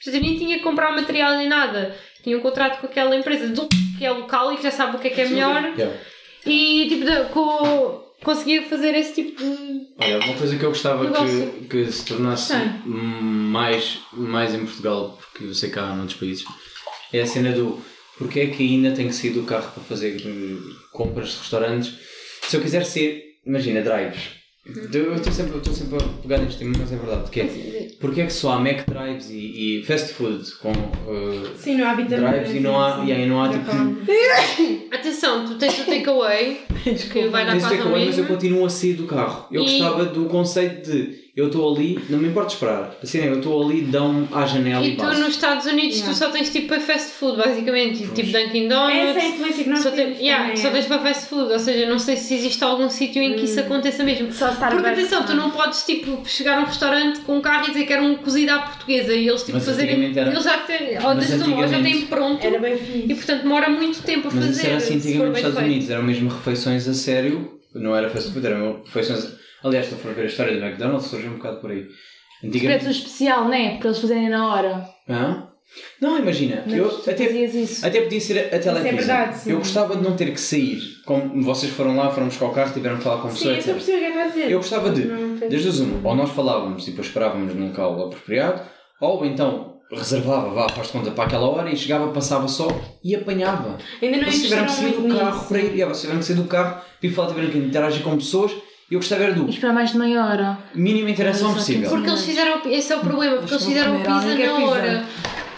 portanto eu nem tinha que comprar material nem nada. Tinha um contrato com aquela empresa do que é local e que já sabe o que é que é melhor.
Yeah.
E tipo, da- co- conseguia fazer esse tipo de.
Olha, é uma coisa que eu gostava
Negócio.
que, que se tornasse
Sim.
mais, mais em Portugal, porque eu sei que há noutros países, é a cena do porque é que ainda tenho que sair do carro para fazer hum, compras de restaurantes. Se eu quiser ser, imagina, drives. Eu estou sempre, eu estou sempre a pegar neste tema, mas é verdade. Que é, porque é que só há Mac Drives e, e fast food com uh,
Sim, não há vitamina.
drives e não há, e aí não há tipo.
Atenção, tu tens o takeaway, que vai dar
Tens o
quase ao
takeaway, mas eu
mesmo.
continuo a sair do carro. Eu
E-
gostava do conceito de eu estou ali, não me importa esperar. Assim, eu estou ali, dão-me à janela e,
E tu
passo.
nos Estados Unidos tu
Yeah.
só tens tipo a fast food, basicamente, tipo Dunkin'
Essa é a
Donuts.
influência que nós
Só, tem,
temos
yeah,
também,
só
é.
tens para fast food, ou seja, não sei se existe algum sítio em que isso aconteça mesmo.
Hum. Só Starbucks,
Porque atenção, tu
não.
não podes tipo chegar a um restaurante com um carro e dizer que era um cozido à portuguesa e eles tipo
Mas
fazerem.
antigamente era.
Eles já têm, ou,
Mas
tens um, ou já
antigamente-
têm pronto
Era bem fixe.
e portanto demora muito tempo a
Mas
fazer.
isso era assim
se
antigamente
for
nos
bem
Estados
feito.
Unidos, eram mesmo refeições a sério, não era fast food, eram refeições. Aliás, estou a ver a história do McDonald's, surgiu um bocado por aí.
Preto
Antigamente.
especial, né? Porque eles fazerem na hora.
Hã? Não, imagina,
Mas
eu
tu
até,
fazias isso.
até podia ser a telepizza.
verdade, sim.
eu gostava de não ter que sair. Como vocês foram lá, foram buscar o carro, tiveram que falar com
Sim, eu
pessoas,
estou a
etc.
perceber o que é que vai dizer.
Eu gostava de,
Não, foi-
desde as uma, ou nós falávamos e depois esperávamos num local apropriado, ou então reservava, vá, faz de conta, para aquela hora e chegava, passava só e apanhava.
Ainda não
Vocês tiveram que sair
investiram
do
muito
carro
nisso.
para ir, yeah, vocês tiveram que sair do carro, e falar, tiveram que interagir com pessoas, e eu gostava era do
E esperar mais de meia hora.
mínima interação
Mas só que-
possível.
Porque eles fizeram. Esse é o problema, porque eles
não
fizeram
comeram,
pizza
ninguém
na
quer
hora.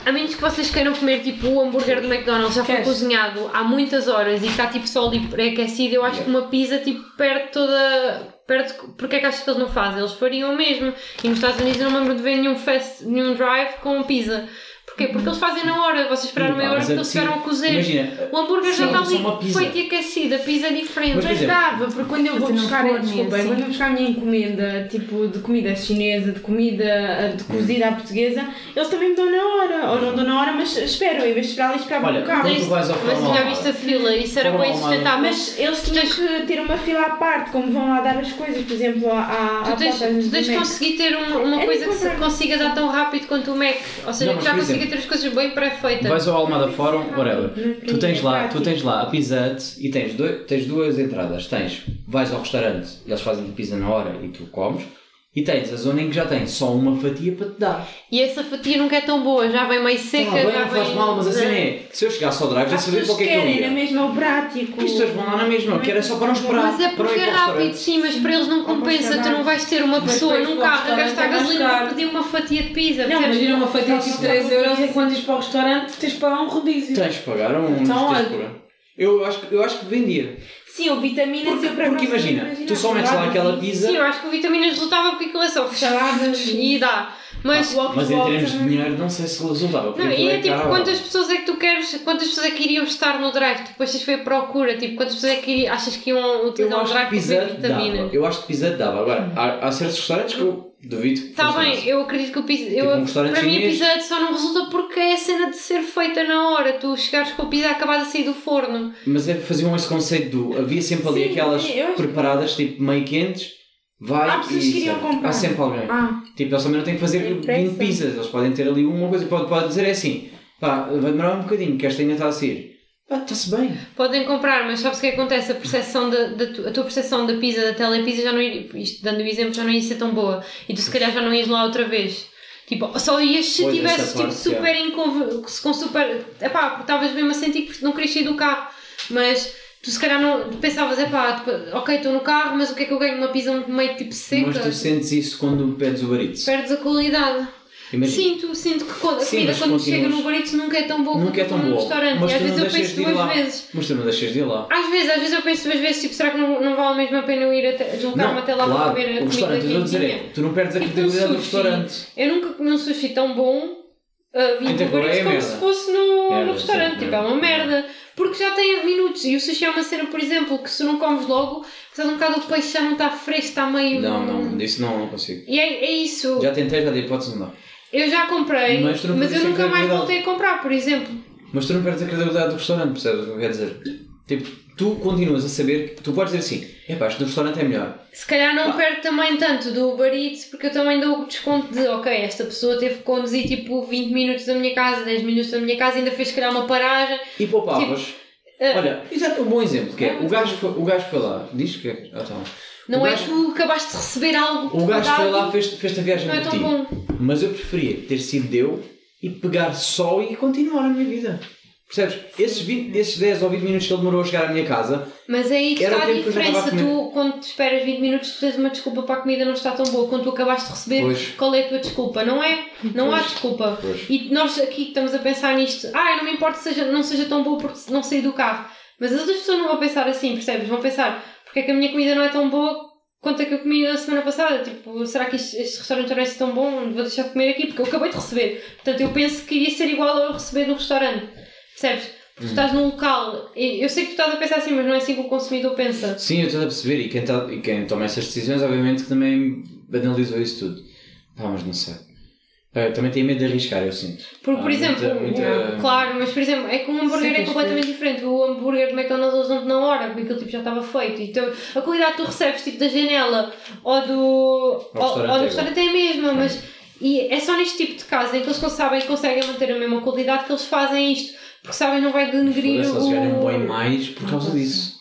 A menos que vocês queiram comer tipo o hambúrguer do McDonald's já foi
Queres?
cozinhado há muitas horas e está tipo só ali pré-aquecido, eu acho que uma pizza tipo perde toda. Perde, porque é que achas que eles não fazem? Eles fariam o mesmo. E nos Estados Unidos eu não me lembro de ver nenhum, fast, nenhum drive com pizza. Porque Porquê? Porque eles fazem na hora, vocês esperaram meia hora
Uhum. Mas,
porque um eles
sim,
tiveram a cozer.
Imagina,
O hambúrguer já
Sim,
está
só uma
ali
pizza.
feito e aquecido, a pizza é diferente.
Mas, por
Mas
exemplo,
dava, porque quando eu vou
Fazer um
buscar,
forno e
desculpa,
assim.
quando eu vou buscar a minha encomenda, tipo, de comida chinesa, de comida eh,
Hum.
de cozida à portuguesa, eles também me dão na hora, ou não dão na hora, mas esperam, em vez de esperar ali, esperavam
Olha,
um bocado.
quando tu vais ao
Mas
forno
já
ao
viste a
lado,
fila, isso era
Forma
bem
ao lado.
sustentável.
Mas eles tinham
tens-
que ter uma fila à parte, como vão lá dar as coisas, por exemplo, à, à
Ah, Tu
à
tens,
porta
tu
do
tens de
Mac.
conseguir ter um- uma
É
coisa que se
diferente.
consiga dar tão rápido quanto o Mac.
Não,
Ou seja, que
mas,
já
por
consiga
exemplo,
ter as coisas bem pré-feitas.
Vais ao Almada Fórum,
Não,
whatever.
não,
Tu tens
é
lá,
prático.
tu tens lá a Pizza Hut e tens, dois, tens duas entradas. Tens, vais ao restaurante, eles fazem pizza na hora e tu comes. E tens a zona em que já tens só uma fatia para te dar.
E essa fatia nunca é tão boa, já vem meio seca.
Tá bem,
já
não faz
vem-
mal, mas assim é. Se eu chegasse ao drive, já
As
sabia
pessoas
para o que é que eu
querem, na
ia.
mesma, o prático. é
As pessoas vão lá na mesma, que era só para não esperar.
Mas
para
é
não ir
porque é
para o
rápido,
restaurante.
sim, mas para eles não compensa. Tu não vais ter uma
Mas
pessoa
depois
num
para o
carro a gastar
restaurante é mais
gasolina para
caro.
pedir uma fatia de pizza.
Não,
percebes?
Imagina uma fatia de
Não,
3
não,
euros
não.
enquanto ires para o restaurante tens de pagar um rodízio.
Tens de pagar um.
Então,
tens de
olha.
pagar. Eu acho, que- eu acho que vendia.
Sim, o vitamina
Porque,
C
é
para
porque
nós,
imagina, tu só metes lá aquela pizza.
Sim, eu acho que o vitaminas resultava porque aquilo é só
Saladas.
e dá. Mas,
Mas em termos de dinheiro, não sei se resultava. porque
não, e
aquilo
é tipo,
caro.
quantas pessoas é que tu queres, quantas pessoas é que iriam estar no drive? Tu Depois tens de ver a procura, tipo, quantas pessoas é que iriam, achas que iam
Eu
utilizar o
acho que
drive para
pizza
comer
dava.
vitamina? Tá
Eu acho que pizza dava. Agora, há, há certos restaurantes que eu duvido que
Está Tá bem,
funcionasse.
eu acredito que o pizza.
Tipo um
Eu,
restaurante
para mim, a
chinês.
pizza só não resulta porque é a cena de ser feita na hora. Tu chegares com a pizza acabada de sair do forno.
Mas é, faziam esse conceito do. Havia sempre ali
Sim,
aquelas
sim, eu acho-
preparadas, tipo meio quentes. Vai
Há pessoas
e
que iriam
serve.
comprar.
Há sempre alguém.
Ah,
Tipo, eles também não têm que fazer
Impressa.
20 pizzas. Eles podem ter ali uma coisa. Pode, pode dizer é assim: pá, vai demorar um bocadinho, que esta ainda está a sair. Pá, está-se bem.
Podem comprar, mas sabes o que acontece? A, percepção da, da tu- a tua percepção da pizza, da telepizza, já não iria, isto dando o exemplo, já não ia ser tão boa. E tu se calhar já não ias lá outra vez. Tipo, só ias se
Pois, é essa
tivesse tipo
parte,
super inconv- com super. Epá, porque estavas mesmo a sentir que não querias sair do carro. Mas tu se calhar não pensavas, epá, tipo, ok, estou no carro, mas o que é que eu ganho? Uma pizza meio tipo seca?
Mas tu sentes isso quando pedes o barito.
Perdes a qualidade. Sinto, sinto que quando- a
Sim,
comida
mas
quando chega
continuas-
no barito nunca é tão boa
Nunca é tão
num
boa.
restaurante.
Mas
e às
tu não
vezes eu
deixas
penso
de ir
duas
lá.
vezes.
Mas tu não deixas de ir lá.
Às vezes, às vezes eu penso duas vezes, tipo, será que não, não vale mesmo a pena eu ir até deslocar-me até lá para
claro,
comer
o
a comida
restaurante, eu estou a dizer é,
quentinha?
tu não perdes a
Tipo um
credibilidade do
sushi.
restaurante.
Eu nunca comi um sushi tão bom uh, vim
Então,
do Uber
é
Eats como
merda.
se fosse no,
Merda,
no restaurante.
sim,
tipo, é
merda.
uma merda. Porque já tem minutos. E o sushi é uma cena, por exemplo, que se não comes logo, estás um bocado o peixe já não está fresco, está meio.
Não, não, isso não, não consigo.
E é, é isso.
Já tentei, já dei hipótese, não dá.
Eu já comprei,
Mas
mas,
tu não podes
eu
ter
nunca mais
credibilidade.
voltei a comprar, por exemplo.
Mas tu não perdes a credibilidade do restaurante, percebes o que quer dizer? Tipo, tu continuas a saber, que tu podes dizer assim, epá, este do restaurante é melhor.
Se calhar não perco também tanto do Uber Eats, porque eu também dou o desconto de, ok, esta pessoa teve que conduzir tipo 20 minutos da minha casa, 10 minutos da minha casa, ainda fez se calhar uma paragem.
E poupavas.
Ah,
Olha, exato, um bom exemplo, que é, o gajo foi, o gajo foi lá, diz que... Ah, tá.
não
o
é
gajo-
tu acabaste de receber algo
O gajo foi
dado,
lá, fez, fez a viagem
não é
por
tão
ti.
bom.
Mas eu preferia ter sido eu e pegar só e continuar a minha vida. Percebes? Esses, 20, esses 10 ou 20 minutos que ele demorou a chegar à minha casa,
Mas é aí que
Era
está
o
a
tempo que eu já estava
diferença.
a comer.
Tu, quando te esperas 20 minutos, tu tens uma desculpa para a comida não estar tão boa. Quando tu acabaste de receber,
Pois.
qual é a tua desculpa? Não é? Não há
Pois.
desculpa.
Pois.
E nós aqui que estamos a pensar nisto. Ah, eu não me importo que seja, não seja tão boa porque não saí do carro. Mas as outras pessoas não vão pensar assim, percebes? Vão pensar, porque é que a minha comida não é tão boa quanto a que eu comi na semana passada? Tipo, será que este, este restaurante não é assim tão bom? Vou deixar de comer aqui porque eu acabei de receber. Portanto, eu penso que iria ser igual a eu receber no restaurante. Percebes? Porque tu estás num local. e Eu sei que tu estás a pensar assim, mas não é assim que o consumidor pensa.
sim, eu estou a perceber. E quem, tá- e quem toma essas decisões, obviamente, que também analisou isso tudo. Ah, mas não sei. Pá, Eu também tenho medo de arriscar, eu sinto.
Porque,
Há
por exemplo,
Ah, muita- muita-
claro, mas por exemplo, é que um hambúrguer é
tens
completamente diferente. O hambúrguer do McDonald's eles dão-te na hora, porque aquilo tipo, já estava feito. Então, a qualidade que tu recebes tipo da janela ou do, ou, ou
restaurante é
do restaurante é a mesma, mas e é só neste tipo de caso em que eles cons- sabem que conseguem manter a mesma qualidade que eles fazem isto, porque sabem não vai denegrir
Foda-se,
o.
eles ganham bem mais por causa disso.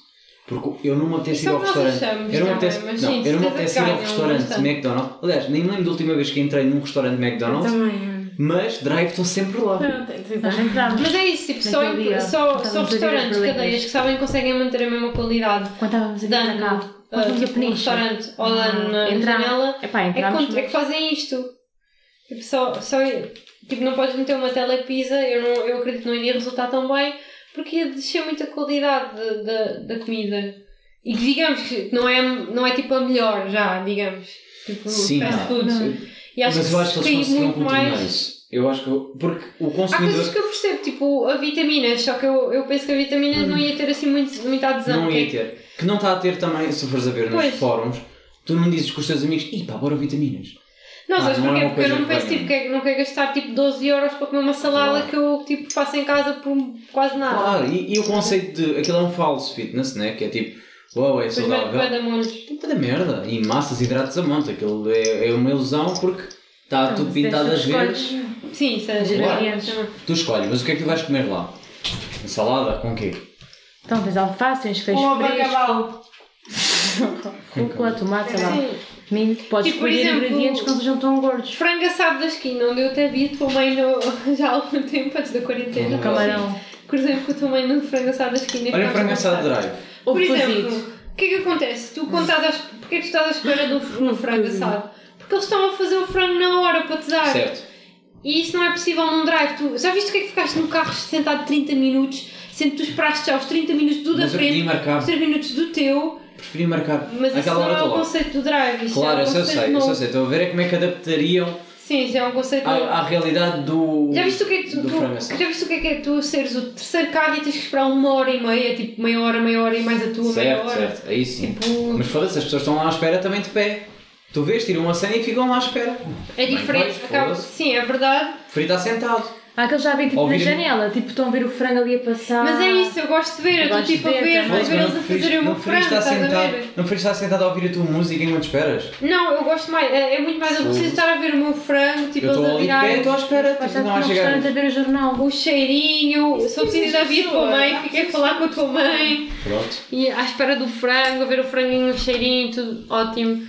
Porque eu não me apetece
Isso
ir
é
ao
o que nós
restaurante.
achamos,
eu não me
não é?
apetece,
Mas,
não,
gente,
eu não me
certeza
apetece
que
ir ao
ganham
restaurante
bastante.
McDonald's. Aliás, nem me lembro da última vez que entrei num restaurante McDonald's,
é.
também.
mas drive estou sempre lá.
Não, tem- tem- tem-
Mas é isso, tipo, só,
Naquele
só,
dia,
só
estávamos a ver as
restaurantes,
berlindas.
cadeias que sabem que conseguem manter a mesma qualidade.
Quando estávamos aqui para
Dando
cá.
ah,
Quando
tipo, num
fomos a Ah,
restaurante ou dando na janela.
Entrar. Epá,
É que,
entramos.
cont- é que fazem isto. Tipo, só, só, tipo, não podes meter uma telepisa, eu, não, eu acredito que não iria resultar tão bem, porque ia descer muito a qualidade de- da- da comida. E que digamos que não é, não é tipo a melhor já, digamos. Tipo,
Sim,
fast
não.
food.
Eu-
E acho
mas
que
eu acho que
se
eles
cair
conseguiram
muito
contornar
mais.
isso. Eu acho que. eu- Porque o
Há
consumidor.
coisas que eu percebo, tipo a vitaminas, só que eu, eu penso que a vitaminas não ia ter assim muito, muita adesão.
Hum. não ia
porque-
ter. Que não está a ter também, se fores a ver nos
Pois.
fóruns, tu não dizes com os teus amigos, ih pá, bora vitaminas.
Não,
Ah,
sabes
não é
porquê?
uma
Porque eu
coisa
não
que
penso
venha.
tipo, que é- não quero gastar tipo 12 euros para comer uma salada
Claro.
que eu tipo, faço em casa por quase nada.
Claro, e, e o conceito de. aquilo é um falso fitness, né? Que é tipo, uau, é
Depois meto bué
saudável.
de montes.
Tem tanta merda. E massas, hidratos a monte. Aquilo é, é uma ilusão porque
Então,
está tudo
é,
pintado às vezes.
Sim, isso é
Claro.
variante também.
Tu escolhes, mas o que é que tu vais comer lá? Ensalada? Com quê?
Então tens alface, tens queijo
Uma
<laughs> fresco, rúcula, tomate, Um sei lá.
Sim.
Milho, podes
Tipo, por
escolher
exemplo,
ingredientes que não sejam tão gordos.
Frango assado da esquina, onde eu até vi a tua mãe no- <laughs> já há algum tempo antes da quarentena.
Hum.
Camarão,
Cruzei-me com a tua mãe no frango assado da esquina. e
Olha,
ficámos
frango
a
assado
conversar.
drive.
ovo
Por exemplo,
cozido.
o que é que acontece? Tu, quando estás à, porque é que tu estás à espera do, do frango assado? Porque eles estão a fazer o frango na hora para te dar.
Certo.
E isso não é possível num drive. Tu já viste o que é que ficaste no carro sentado 30 minutos, sendo que tu esperaste já os 30 minutos do da
Mas eu preferi
frente,
marcar.
os 3 minutos do teu,
Preferi marcar.
mas isso
Aquela
não
hora
é
estou
o
lá.
conceito do drive. Isso
Claro,
é
eu
um
sei, eu
conceito
sei, eu
novo.
sei. Estou a ver é como é que adaptariam
Sim, isso é um conceito
à,
novo.
à realidade do.
Já viste, o que é que tu,
do assim.
tu-
frango assado.
já viste o que é que é tu seres o terceiro carro e tens que esperar uma hora e meia, tipo meia hora, meia hora e mais a tua, meia
Certo,
hora.
certo. Aí sim.
Tipo,
Mas foda-se, as pessoas estão lá à espera também de pé. Tu vês, tiram uma cena e ficam lá à espera.
É
Bem,
diferente,
vais,
acaba.
foda-se.
Sim, é verdade.
Preferi estar sentado.
Há aqueles já vêm tipo
Ouvir-
na janela, tipo estão a ver o frango ali a passar.
Mas é isso, eu gosto de ver,
Ah, Eu
eu estou
gosto de
tipo a
ver
ver,
também.
vou
Mas
ver eles a
preferi-
fazerem o meu
não preferi
frango,
estar
estás a
sentado,
ver? Tipo,
Não preferes estar sentado a ouvir a tua música enquanto esperas?
Não, eu gosto mais, é, é muito mais, eu preciso estar a ver o meu frango, tipo
eu
eles
estou
a
ali de pé,
virarem
estou à espera,
Vais
tipo,
estar
não vai
num
chegar.
restaurante a ver o jornal.
o cheirinho, só preciso da vir com a mãe,
pessoas,
fiquei a falar com a tua mãe,
Pronto.
e à espera do frango, a ver o franguinho, o cheirinho, tudo ótimo.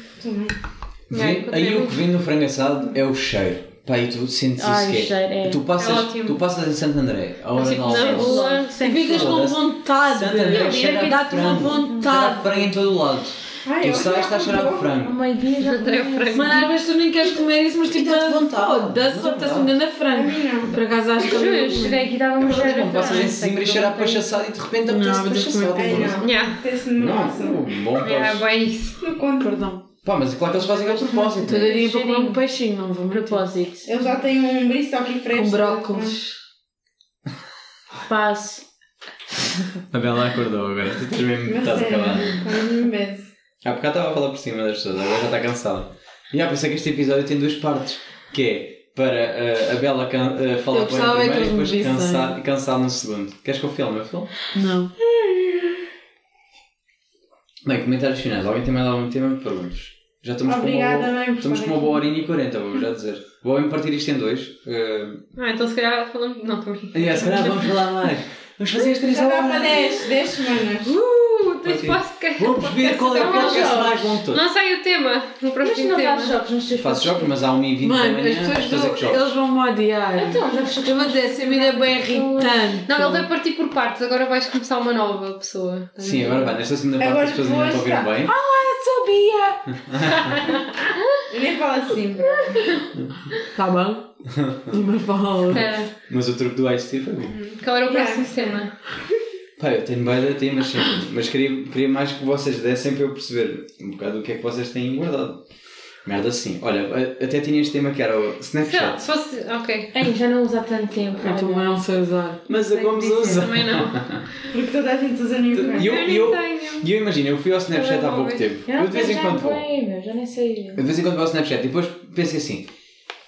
Não,
Vê-
encontrei
aí o
muito.
que vem no frango assado é o cheiro. Pá, e tu sentes
Ai,
isso
o
que é.
cheiro, é.
Tu, passas,
ótimo.
tu passas em Santo André, a hora da
Tipo, na
almoço.
rua,
Sem
Ficas com
Foda-se.
vontade.
Santo André
Não,
cheira
eu
a
dá-te uma
frango. Cheira a
vontade.
frango em todo o lado. tu sais, está a cheirar a
Ao
frango.
meio-dia já
encontrei o frango.
Mano, às vezes tu nem queres comer isso, mas tipo,
Dá-te vontade.
foda-se,
Dá-te
só estás
vontade.
um grande frango. Por acaso acho que
Juro,
é
eu
mesmo.
Cheguei aqui e dava uma
Não,
cheira.
não passas em Zimbra e cheira a peixe assado e de repente
Não,
apetece
mas
peixe
eu também
assado.
tenho
Não, um
razão.
Yeah.
Esse
Tá bom
É,
peixe.
bem isso.
Perdão.
Pá, mas é claro que eles fazem aquele propósito. né?
Tu daria para
Cheirinho.
comer um peixinho, não vou
Propósito.
Eu já tenho um brissoque fresco.
Com brócolis.
Passo.
A Bela acordou agora, tu tens mesmo
Mas
estás
é,
acabada.
com um beijo.
Há bocado estava a falar por cima das pessoas, agora já está cansada. E ah, há, pensei é que este episódio tem duas partes, que é para uh, a Bela can- uh, falar
Eu
com ela
gostava é
primeiro
que
e
eles me
depois
dissem.
cansar, cansar no segundo. Queres que eu filme, eu filme?
Não.
Bem, comentários finais. Alguém tem mais algum tema? Perguntas. Já estamos com
Obrigada,
uma boa...
mãe, por
Estamos com
estar
uma boa
aqui.
horinha e quarenta, vou já dizer. Vou mesmo partir isto em dois. Uh...
Ah, então se calhar falamos. Não, estou brincando.
E é, se calhar vamos falar mais. Vamos fazer as três
Já dá
horas.
para 10, 10 semanas.
Uh, tens
Partiu.
podcast.
Vamos ver qual é o
Então,
podcast mais bom de todos.
Não sai o tema no
Mas
próximo
não
tema.
fazes jogos nos teus
Faço jogos, mas há 1 e 20 da
Mano, as
manhã.
pessoas
fazer
vão,
que jogos.
eles vão me odiar.
Então, já fechou.
Eu vou dizer, essa vida é bem irritante.
Não, ele vai partir por partes, agora vais começar uma nova pessoa.
Sim, agora vai. Nesta segunda parte
Agora
as pessoas ainda não
vou
ouviram
estar-
bem.
sabia.
Nem fala assim.
<laughs>
Tá bom? Uma palavra.
Espera,
Mas o truque do Ice foi bom.
É, qual era o
Yeah.
próximo tema?
Pá, eu tenho bem de temas sempre. Mas queria, queria mais que vocês dessem para eu perceber um bocado o que é que vocês têm guardado. Merda, sim. Olha, a- até tinha este tema que era o
Sei lá,
Snapchat.
se fosse. Ok,
Ei, já não usa há tanto tempo.
É
Eu também não sei usar.
Mas a Gomes usa.
também não.
Porque toda a gente usa no
E
Instagram.
eu,
Eu
e
nem
eu,
tenho.
e eu imagino, eu fui ao Snapchat há pouco
Telemóveis.
tempo.
Eu não
Eu de vez em
tenho
quando
Ah, já
vou.
bem, meu, já nem sei.
Eu de vez em quando vou ao Snapchat e depois pensei assim: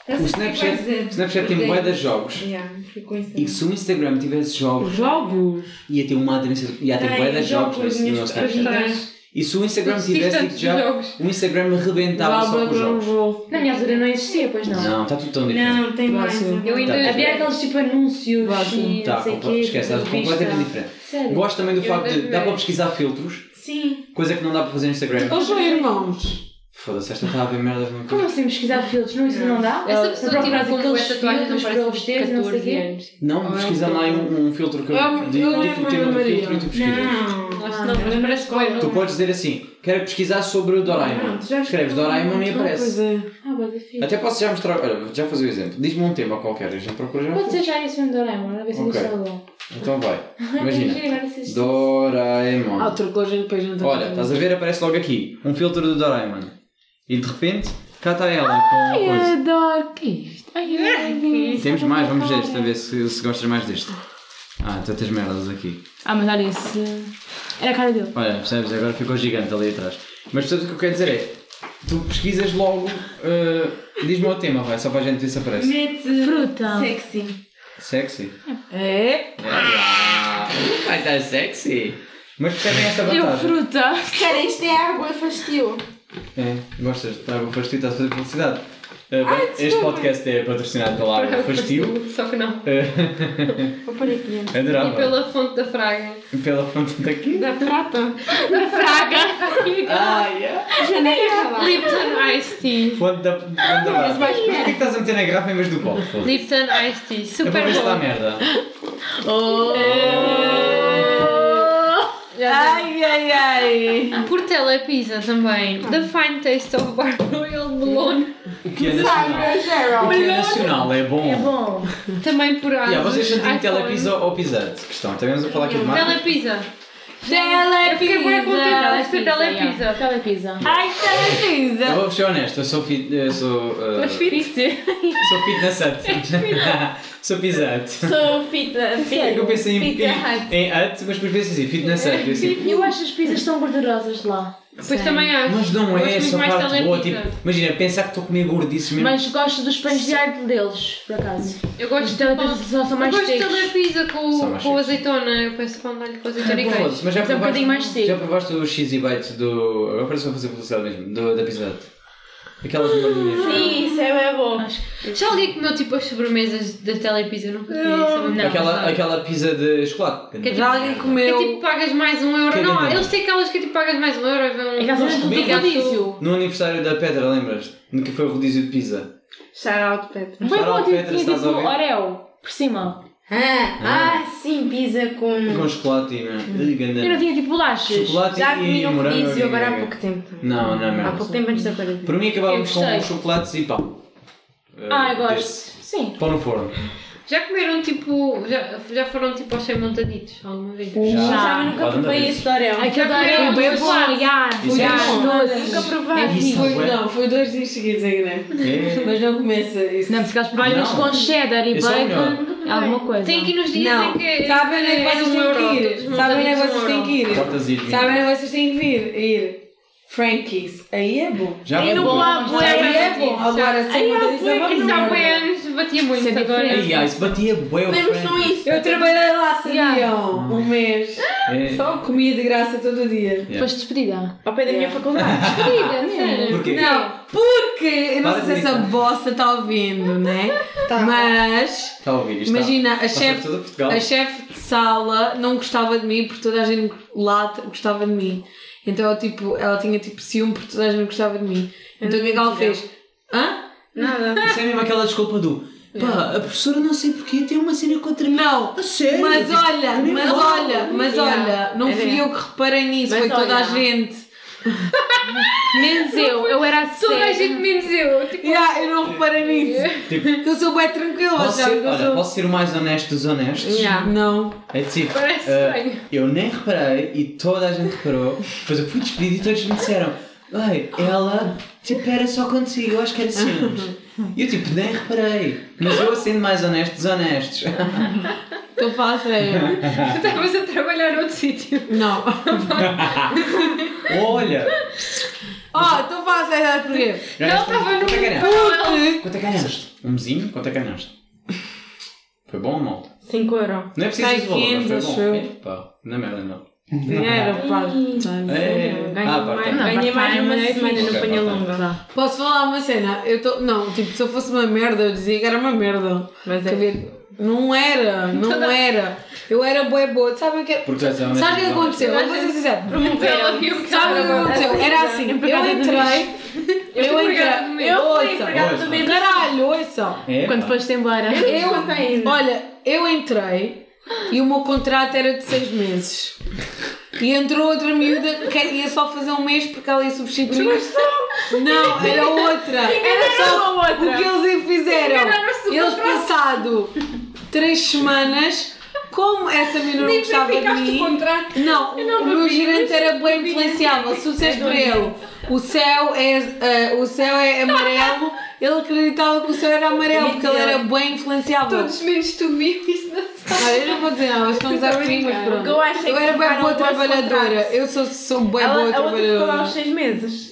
Eu
o
sei que vais
Snapchat,
dizer.
o Snapchat tem bué de jogos.
Yeah, fico com isso.
E se o Instagram tivesse jogos,
Jogos.
ia ter uma aderência. Ia ter bué de jogos nesse- no Snapchat. E se o Instagram
Existem
tivesse
tantos
dito já,
jogos.
o Instagram arrebentava só com
Jogos,
os
não
jogos.
vou.
Na minha altura não existia, pois não.
Não, está tudo tão diferente.
Não, tem mais.
Vai ser.
Eu ainda.
Tá.
Havia aqueles tipo anúncios
Vá,
e
sim.
Tá,
não sei o
compa-
quê.
esquece, está
tipo,
completamente
revista.
diferente.
Sério?
Gosto também do
Eu
facto de
também.
dá para pesquisar filtros,
Sim.
coisa que não dá para fazer no Instagram.
Eles são irmãos.
Foda-se, esta está a ver merda de uma
Como
coisa.
assim pesquisar filtros? Não, isso não dá?
Essa
Se
pessoa tinha
procurar
como é
aqueles
tatuagem,
então
não
filtros para
tipo
os
parece
dedos e não sei o
14
quê.
anos.
Não,
Ah,
pesquisa
é um
lá aí um, um filtro que eu
Ah,
digo
eu
o
lembro-me
tema do
da
filtro e
Maria.
tu pesquisas.
Não.
Acho que não, mas parece que foi
Tu
no.
podes dizer assim, quero pesquisar sobre o Doraemon.
Pronto, já
Escreves
estou-
Doraemon e
Ah, pois
aparece.
é.
Ah, boa, difícil.
Até posso já mostrar, olha, vou já fazer o exemplo. Diz-me um tema qualquer, a gente procura já.
Pode ser já esse mesmo Doraemon, a ver se é eu
Ok.
gostava dela.
Então vai,
Ai,
imagina.
agora se isto-
Doraemon.
Ah, trocou a gente para a gente.
Olha, estás a ver? Aparece logo aqui um filtro do Doraemon. E de repente Cá está ela com uma coisa.
adoro. Que é isto? Ai, <laughs> ai, ai.
Temos mais, vamos ver este, a ver se, se gostas mais deste. Ah, então tens merdas aqui.
Ah, mas olha esse. Era a cara dele.
Olha, percebes? Agora ficou gigante ali atrás. Mas percebes o que eu quero dizer é. Tu pesquisas logo. eh, Diz-me o tema, vai, só para a gente ver se aparece.
Mete
Fruta.
sexy.
Sexy.
É?
Vai estar sexy. Mas percebem esta
Eu,
vantagem?
fruta.
Cara, isto é água fastio.
É, gostas de água fastio, estás a fazer publicidade. Eh, bem, este podcast é patrocinado pela água
<laughs>
fastio.
Só que não.
Vou pôr aqui.
Adorava.
E pela fonte da Fraga.
Pela fonte daqui.
Da Tá <laughs> prata.
Da Fraga!
Ah, yeah.
Janeiro está lá.
Lipton Iced Tea.
Fonte da. Fonte da Mas porquê que estás a meter na garrafa em vez do copo? Foda-se.
Lipton Iced
Eu
Tea.
vou
Super
ver se dá
bom.
merda.
Oh!
Ai, ai, ai.
Portela Pizza também. The Fine Taste of Bar Royal Melon.
O que é nacional? O que é nacional é bom.
Bom.
Também por água.
Yeah, vocês sentem telepizza ou pisante? Que estão, estamos a falar aqui de marca.
Telepizza. Eu fiquei bem contente é com esta telepizza.
Telepizza.
Ai,
Eu
está
vou ser honesto, eu sou fit. Eu sou. Uh,
Pizza.
<laughs> sou fitness hut. sou pisante.
Sou fita.
É que eu pensei em,
Pizza
em,
Hut.
em hut, mas depois pensei assim, fitness hut. Eu assim,
Eu acho as pizzas tão gordurosas lá.
Pois também acho.
mas não é
Gosto
essa
muito mais
parte boa. Tipo,
telepizza.
imagina, pensar que estou a comer gordices mesmo.
Mas gosto dos pães de ar deles, por acaso.
Eu gosto
Os
Então,
de pão.
telepizza só são
Eu
mais
gosto de
secos.
telepizza
São
com,
mais
com
secos.
azeitona. Eu peço pão de alho com azeitona e
Pô,
queijo.
mas já
Mas é um
provaste,
bocadinho mais seco.
já provaste o cheesy bite do. Agora parece que vou fazer publicidade mesmo, do, da Pizza Hut. Aquelas gordinhas.
Sim, isso é bem bom.
Já alguém comeu tipo as sobremesas da telepizza? Eu nunca comi essa
Não.
aquela, aquela pizza de chocolate.
Que é
Já alguém
É
comeu.
tipo pagas mais um euro.
Que
não,
grande.
eles têm aquelas que é tipo pagas mais um euro e vão.
É que elas
vão
são tudo
ligar tudo.
rodízio.
No aniversário da Petra, lembras? No que foi o rodízio de pizza.
Shout out, Petra.
Bem
Farol
bom,
de
tinha
pedra,
tipo
estás a ouvir?
Oreo por cima.
Ah, ah, sim, pizza
E
com.
Com chocolate e. Ih, ganda-
Eu não tinha tipo bolachas.
Chocolate
Já
e
comi um
morango.
rodízio
e
agora há
ganga.
pouco tempo.
Não, não,
Há
não.
pouco tempo antes da quarentena.
Para mim acabávamos
Eu
com
gostei.
chocolates e pão.
Ah,
Eh,
eu gosto.
desse.
Sim.
Pão no forno.
Já comeram tipo. Já, já foram tipo aos 100 montaditos alguma vez? tipo,
Já, mas
Lá
nunca
da
provei
vez.
esse Oreo.
é
Aquele
tá
da Oreo foi bem bom.
Isso é bom.
Nunca
doce.
provei.
Isso
Foi,
é-
não, foi dois dias seguidos ainda.
É.
Mas não começa isso.
Não, porque elas provavelmente
Não.
com cheddar e
Esse é o
bacon, alguma coisa.
Tem que ir nos dias
Não.
em que. um
Sabem onde é que
um
vocês têm que ir? Sabem onde é que vocês têm que ir?
Tortas e
Sabem onde é que vocês têm que vir? Ir. Frankies. Aí é bom.
Já é bom.
Aí é bom. Agora sem
Ai,
conta
eu
disso é
fui aqui há
uma merda.
anos, batia muito
Isso é
agora.
Ei, ah, isso batia bué o
Lembras não
frango. Ah,
isso?
Eu trabalhei lá, sabiam? Um mês.
É.
Só comia de graça todo dia.
Yeah.
Foste despedida.
Ao pé da minha faculdade.
Querida, sério.
Porquê?
Não, porque eu não
Para
sei se
de
essa
gritar.
bossa está ouvindo, né? Mas
Está a ouvir isto?
imagina, a
está.
chefe
Todo Portugal.
a chefe de sala não gostava de mim porque toda a gente lá t- gostava de mim. Então eu, tipo, ela tinha tipo ciúme porque toda a gente gostava de mim. Então o que é que ela fez? Hã?
Nada.
Isso é mesmo aquela desculpa do pá, a professora não sei porquê tem uma cena contra mim.
Não!
A sério?
Mas
Tipo,
olha,
nem
mas
falo.
olha, mas olha, não fui eu que reparei nisso, foi toda a
olha.
gente.
Menos eu, eu era a
Toda a
sério.
gente menos eu. Tipo,
Yeah, eu não reparei nisso.
Tipo,
Que eu sou bem tranquila,
posso
sabe?
ser,
Que eu
olha,
sou.
posso ser o mais honesto dos honestos?
Não.
É tipo,
Parece
ah,
estranho.
eu nem reparei e toda a gente reparou. Depois eu fui despedida e todos me disseram, ai, ela tipo era só contigo, eu acho que era ciúmes. E eu tipo, nem reparei. Mas eu sendo mais honesto dos honestos.
Estou a falar a sério.
tu estavas a trabalhar noutro sítio.
é. Não.
<laughs> Olha!
Oh, estou a falar a sério, sabe porquê?
<laughs>
Ela estava
Quanto é que ganhaste?
Porque
Quanto é que ganhaste? Um vizinho? Quanto é que ganhaste? Foi bom ou mal?
5 euros.
Não é preciso
Sai
esse valor, mas
15,
foi
acho
bom.
eu.
Epá, na merda não.
Dinheiro, É, pá.
É.
Ganhei
Ah, pá,
mais, ganhei mais
part-time
uma
é
semana
fixe.
no
Ok,
Panhalonga.
Posso falar uma cena? Eu tô... Não, tipo, se eu fosse uma merda, eu dizia que era uma merda.
Mas
Quer
é.
ver? Não era,
<laughs>
não era. Eu era boa boa. Sabe o que
Porque tu és honesta,
Sabe o que
não é?
aconteceu? Eu vou ser sincera.
Ela viu que
Sabe o que
estava-
aconteceu? Era assim, eu entrei, eu
empregada do
entrei,
mês.
eu
Eu fui
ouça,
empregada do mês.
caralho, ouça.
É,
Quando
pá.
foste embora.
Eu, olha, eu entrei e o meu contrato era de seis meses. E entrou outra miúda que ia só fazer um mês porque ela ia substituir. Não, era outra. Era só o que eles fizeram.
Enganaram-se do
Eles
contrato.
passado três semanas, como essa menina não gostava de
Verificaste o
mim.
contrato.
Não, o meu
vi,
gerente
mas
era bem
vi.
influenciável. Se tu disseste para ele, o céu é, eh, o céu é amarelo, ele acreditava que o céu era amarelo, porque ele era bem influenciável.
Todos menos tu viu isso na
Olha, eu não vou dizer nada, estamos a rir, mas
O
pronto.
que eu acho é
Eu
que
era bem
ficaram
boa
bons
trabalhadora.
contratos.
Eu sou, sou bem
Ela,
boa
a outra ficou lá
trabalhadora.
aos seis meses.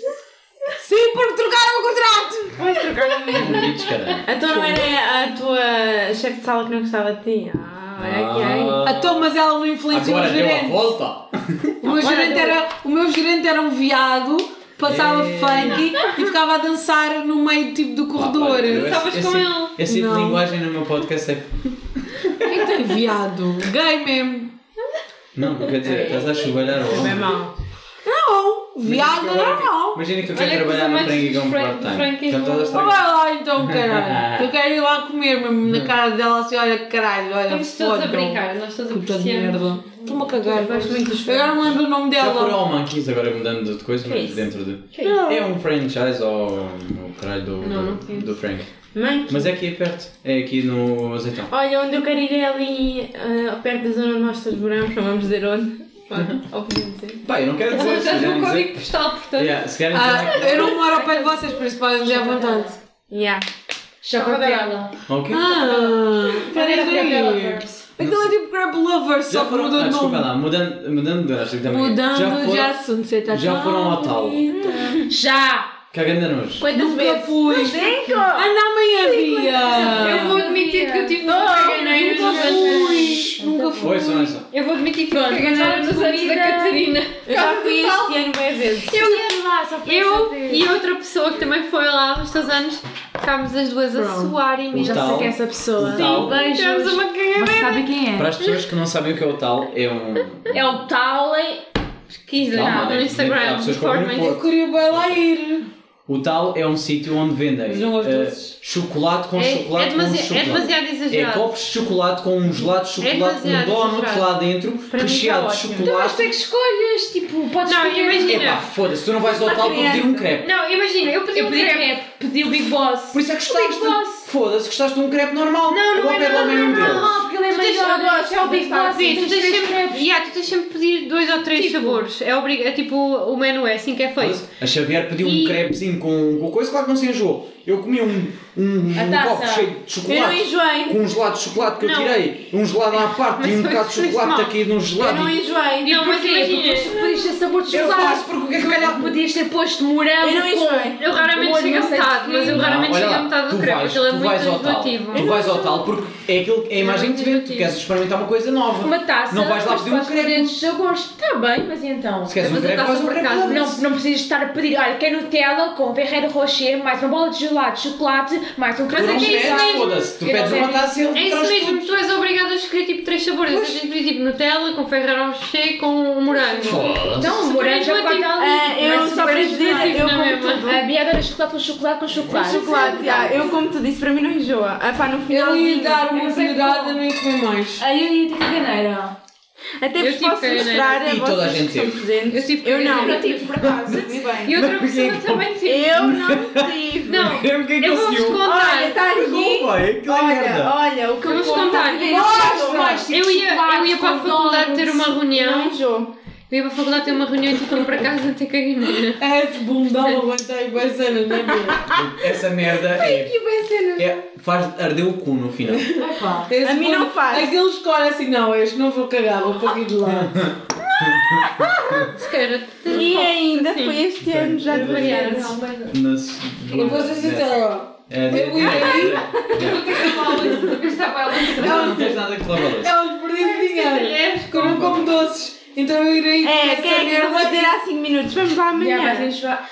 Sim, porque trocaram o contrato!
Bonitos, caralho.
um Então não era a tua chefe de sala que não gostava de ti? Ah, olha aqui, ai.
Então, mas ela não influenciou o gerente.
volta!
O meu gerente era, o meu gerente era um viado, passava funk e ficava a dançar no meio tipo do corredor.
Estavas
Estavas com ele.
Esse tipo de
Não.
linguagem no meu podcast é.
Quem tem viado? Gay mesmo.
Não, quer dizer, estás a chuvalhar o
Não é
homem.
mau.
Não, viado
é
Imagina que eu agora- tipo,
Tá normal.
Imagina que eu fui
Olha que
trabalhar
os
no
amantes
Frangigão
dos Fran-
part-time.
Frankie
Então estás a
Vai
estragar.
lá então, caralho. Eu quero ir lá comer mesmo na cara dela assim, olha caralho, olha
Estamos todos a
foda.
brincar, nós todos
Puta de
apreciamos.
merda. Estou-me a cagar.
Gosto muito dos
Agora não lembro o nome
Já foram
dela.
ao Monkeys agora mudando de coisa, mas
isso?
dentro de.
Que isso?
É um franchise ou o caralho do,
Não, não
do, do Frank.
Mãe,
Mas é aqui é perto, é aqui no Azeitão.
olha, onde eu quero ir é ali ah, perto da zona onde nós todos moramos, não vamos dizer onde. Olha, Ou podemos dizer.
Pá, eu não quero dizer.
Mas
se
já
quiserem
um
dizer-
código postal, portanto.
Yeah, se querem
Ah,
dizer.
eu não moro ao pé de vocês, por isso podem dizer à vontade.
Yeah.
Chocoteada.
Ok.
Ah, peraí.
Lovers.
Aquilo é tipo Crab Lovers, só
Já
que
foram,
mudou
ah,
de
desculpa
nome.
lá, mudando, mudando de assunto também. já
Mudando
foram,
de assunto, você tá
já
tão
foram ao tal.
bonita.
Já!
Cagando a nojo.
Quantas
Nunca fui. Anda amanhã,
Eu vou
Bia.
admitir que eu tive uma caganeiras
Nunca fui. Nunca fui.
Foi, só isso.
Eu vou admitir que tive
Pronto,
caganeiras nos anos da
comida.
Catarina.
Eu já fui este ano bem vezes.
Eu
Sei lá, só foi
Eu
saber.
e outra pessoa que também foi lá nos teus anos, ficámos as duas a
Pronto.
suar e mesmo.
Então,
Sim,
Tal.
Já sei que essa pessoa.
Tal.
tivemos uma caganeira.
Mas sabe quem é?
Para as pessoas que não sabem o que é o tal, é um.
É o tal e...
Pesquisa
Calma,
no
né? Há
Instagram,
pessoas que ouvem no
informem.
Porto.
Queria bem lá ir.
O tal é um sítio onde vendem
Mas não gosto
eh,
desses.
chocolate com
É,
chocolate
é,
com
demasi- é
chocolate.
demasiado
É
exagerado.
copos de chocolate com um gelado de chocolate, um
demasiado
donut
exagerado.
lá dentro,
mim
recheado
tá
de
ótimo.
chocolate.
que escolhas,
Uh,
tipo, podes
Não, imagina.
Epá, foda-se, tu não vais ao tal para pedir um crepe.
Não, imagina, eu pedi um crepe.
pedi o Big Boss.
Por isso é que gostaste. Foda-se, gostaste de um crepe normal. Não, não é normal.
Ah, porque ele é
Tu tens
maior,
sabores,
é o Big Boss.
Sim, tu tens
três
sempre,
crepes.
yeah, tu tens sempre de pedir dois ou três sabores. É, obriga é tipo o menu, é assim que é feito.
A Xavier pediu um
E-
crepezinho com, com coisa, claro que não se enjoou. Eu comi um, um,
A
um
taça.
copo cheio de
Eu não
chocolate.
enjoei.
Com um gelado de chocolate que eu
Não.
tirei, um gelado à parte
Mas
e um
foi-
bocado de
foi
chocolate
mal.
está caído num
Eu
gelado.
não enjoei.
Não, mas
Porquê? Porque
imagina,
tu pediste a sabor de chocolate.
porque o que é que
Se calhar podias ter posto morango
Eu não enjoei.
eu raramente
Olha,
chego a
não sei
metade,
se-
mas eu
Não,
raramente
olha
chego
lá,
a metade do
tu
crepe,
vais-
aquilo é
tu vais
muito
ao tal.
enjoativo.
Tu vais ao tal porque é, aquilo, é a imagem que te vende, tu
enjoativo.
queres experimentar uma coisa nova.
com uma taça.
Não vais lá
mas
pedir um
podes
crepe.
escolher os sabores. Está bem, mas e então?
Se queres um
Mas eu
crepe,
faço
vais um
por
crepe.
acaso.
Lovers.
Não, não precisas estar a pedir, olha, quer Nutella com Ferreiro Rocher, mais uma bola de gelado, de chocolate, mais um
Tu
creme
não
é que é isso
pedes,
mesmo.
foda-se. Tu
Eu
pedes
não
uma
sei.
taça e
É
ele
isso
traz
mesmo, tu és obrigado a escolher tipo três sabores. Eu gente pedi tipo Nutella, com ferrero rocher, com um morango. tipo,
Foda-se.
Não, morango já
enjoativo.
corta
Ah,
ali.
eu
Mas
só para
parece
dizer,
divertido,
eu
não é
como
mesmo?
tudo.
A Bia adora chocolate com chocolate com chocolate.
Chocolate, já. eu como tudo isso, para mim não enjoa. Ah pá, no
Eu
finalzinho.
ia dar uma oportunidade, não ia comer mais.
Aí eu ia ter caganeira.
Até
Eu
vos
tive
posso
caganeira.
mostrar a
E toda a
vocês
gente
que são
teve.
Eu
presentes.
tive
Eu não.
caganeira.
tive, por acaso. bem.
E outra pessoa também tive.
Eu não
<laughs>
tive.
Não, eu
que
vou-vos
Olha,
contar.
está aqui.
Como é? Que
Olha,
merda.
olha, o que eu é
Vamos
vou
contar. Eu ia, eu ia para a faculdade ter uma
Não
reunião.
enjoo.
Eu ia para a faculdade ter uma reunião e fui para casa ter caganeira.
É esse bundão aguentei bem cenas, não é mesmo?
Essa merda é,
Que bem cena. É,
é- Faz arder o cu no
<laughs>
final.
Opa.
Esse
<laughs> A mim não
bundão-
faz.
Aquele escolhe assim, não, este não vou cagar, vou para aqui de lado.
Se calhar.
E ainda foi este ano, já
Sim.
duas
Variar,
vezes.
não, bem.
Nas-
Eu vou ser sincera.
é,
Eu ia aí. <laughs>
Vou ter que lavar a louça, porque eu estava a louça.
é. Não tens nada que lavar louça.
É um desperdício de dinheiro.
Mulheres,
Que eu não como doces. Então eu irei
É,
comer
quem é que eu vou dizer há 5 minutos? Vamos lá
Já vais
amanhã.
enjoar.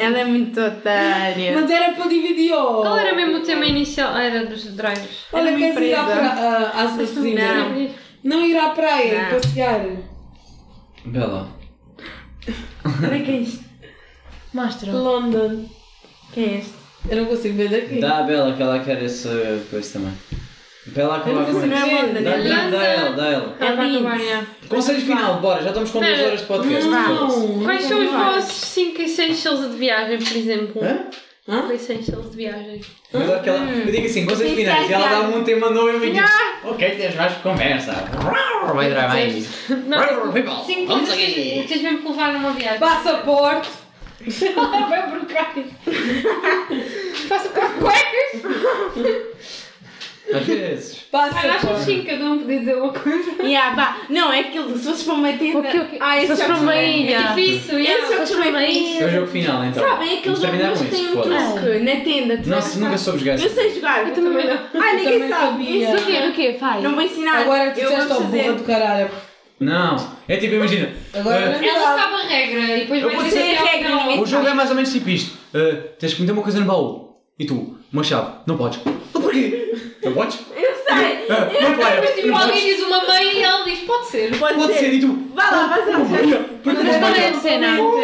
Ela é muito otária.
Mas era para dividir. oh.
Qual era mesmo o tema inicial? Ah, Era dos drives.
Olha,
Era uma
queres ir à
empresa.
pra- à- à assassina?
Não.
Não ir à praia,
Não.
passear.
Bela.
Olha que é isto.
Mostra.
London.
Que é este?
Eu não consigo ver daqui.
Dá a Bela que ela quer esse coisa também. Para ela acabar com
Não
isso.
é onda,
Dá,
né?
dá, dá ela, dá ela.
Ela vai
É lindo.
acabar, é. já.
Conselho final, bora, já estamos com duas
Espera.
horas de podcast. foda-se.
Não.
Quais são os vossos 5 essentials de viagem, por exemplo?
Hã?
5 essentials de viagem.
Mas olha que ela- Eu digo assim, conselhos
Hum. Sim,
finais. E ela
sei,
dá-me um tema novo e eu digo: Ok, tens mais conversa. Vai dar bem.
<laughs>
assim, Não, 5 coisas que tens mesmo que levar numa viagem. <laughs> um
Passaporte,
Vai brincar. Faço para cuecas.
Às vezes.
Passa.
Olha, acho que sim, cada um podia dizer uma coisa.
Yeah, bah. Não, é aquilo, se fosses para uma tenda.
O quê, o quê?
Ah, esse
Fosse
é
para uma
o
ilha. difícil,
Esse é o que
É o jogo final, então.
Sabem, aqueles
Vamos terminar
jogos
com
que têm
isto,
um
foda-se.
truque na tenda. tu
Não,
vais
nunca
lá.
soube jogar.
Eu sei jogar. Eu
também
Ah, ninguém
também
sabe.
sabia.
Isso
O quê? O quê? Faz.
Não vou ensinar.
Agora tu
eu vou
disseste ao
fazer.
burra do é caralho.
Não. É tipo, imagina.
Agora
eh,
não
Ela
sabe.
sabe a regra e depois
Eu
vai
vou
dizer
dizer a
até ao
regra,
final.
ninguém-
o jogo é mais ou menos tipo isto. Eh, tens que meter uma coisa no baú. E tu, uma chave. Não podes. Mas porquê? Não podes?
Eu sei.
Ah, não
Mas
pode.
tipo,
Não
alguém
podes.
diz uma meia e ela diz, pode ser.
Pode ser. E tu, Oh,
Vá lá, vá lá.
porquê não
Não é
podes?
de cena.
Não vou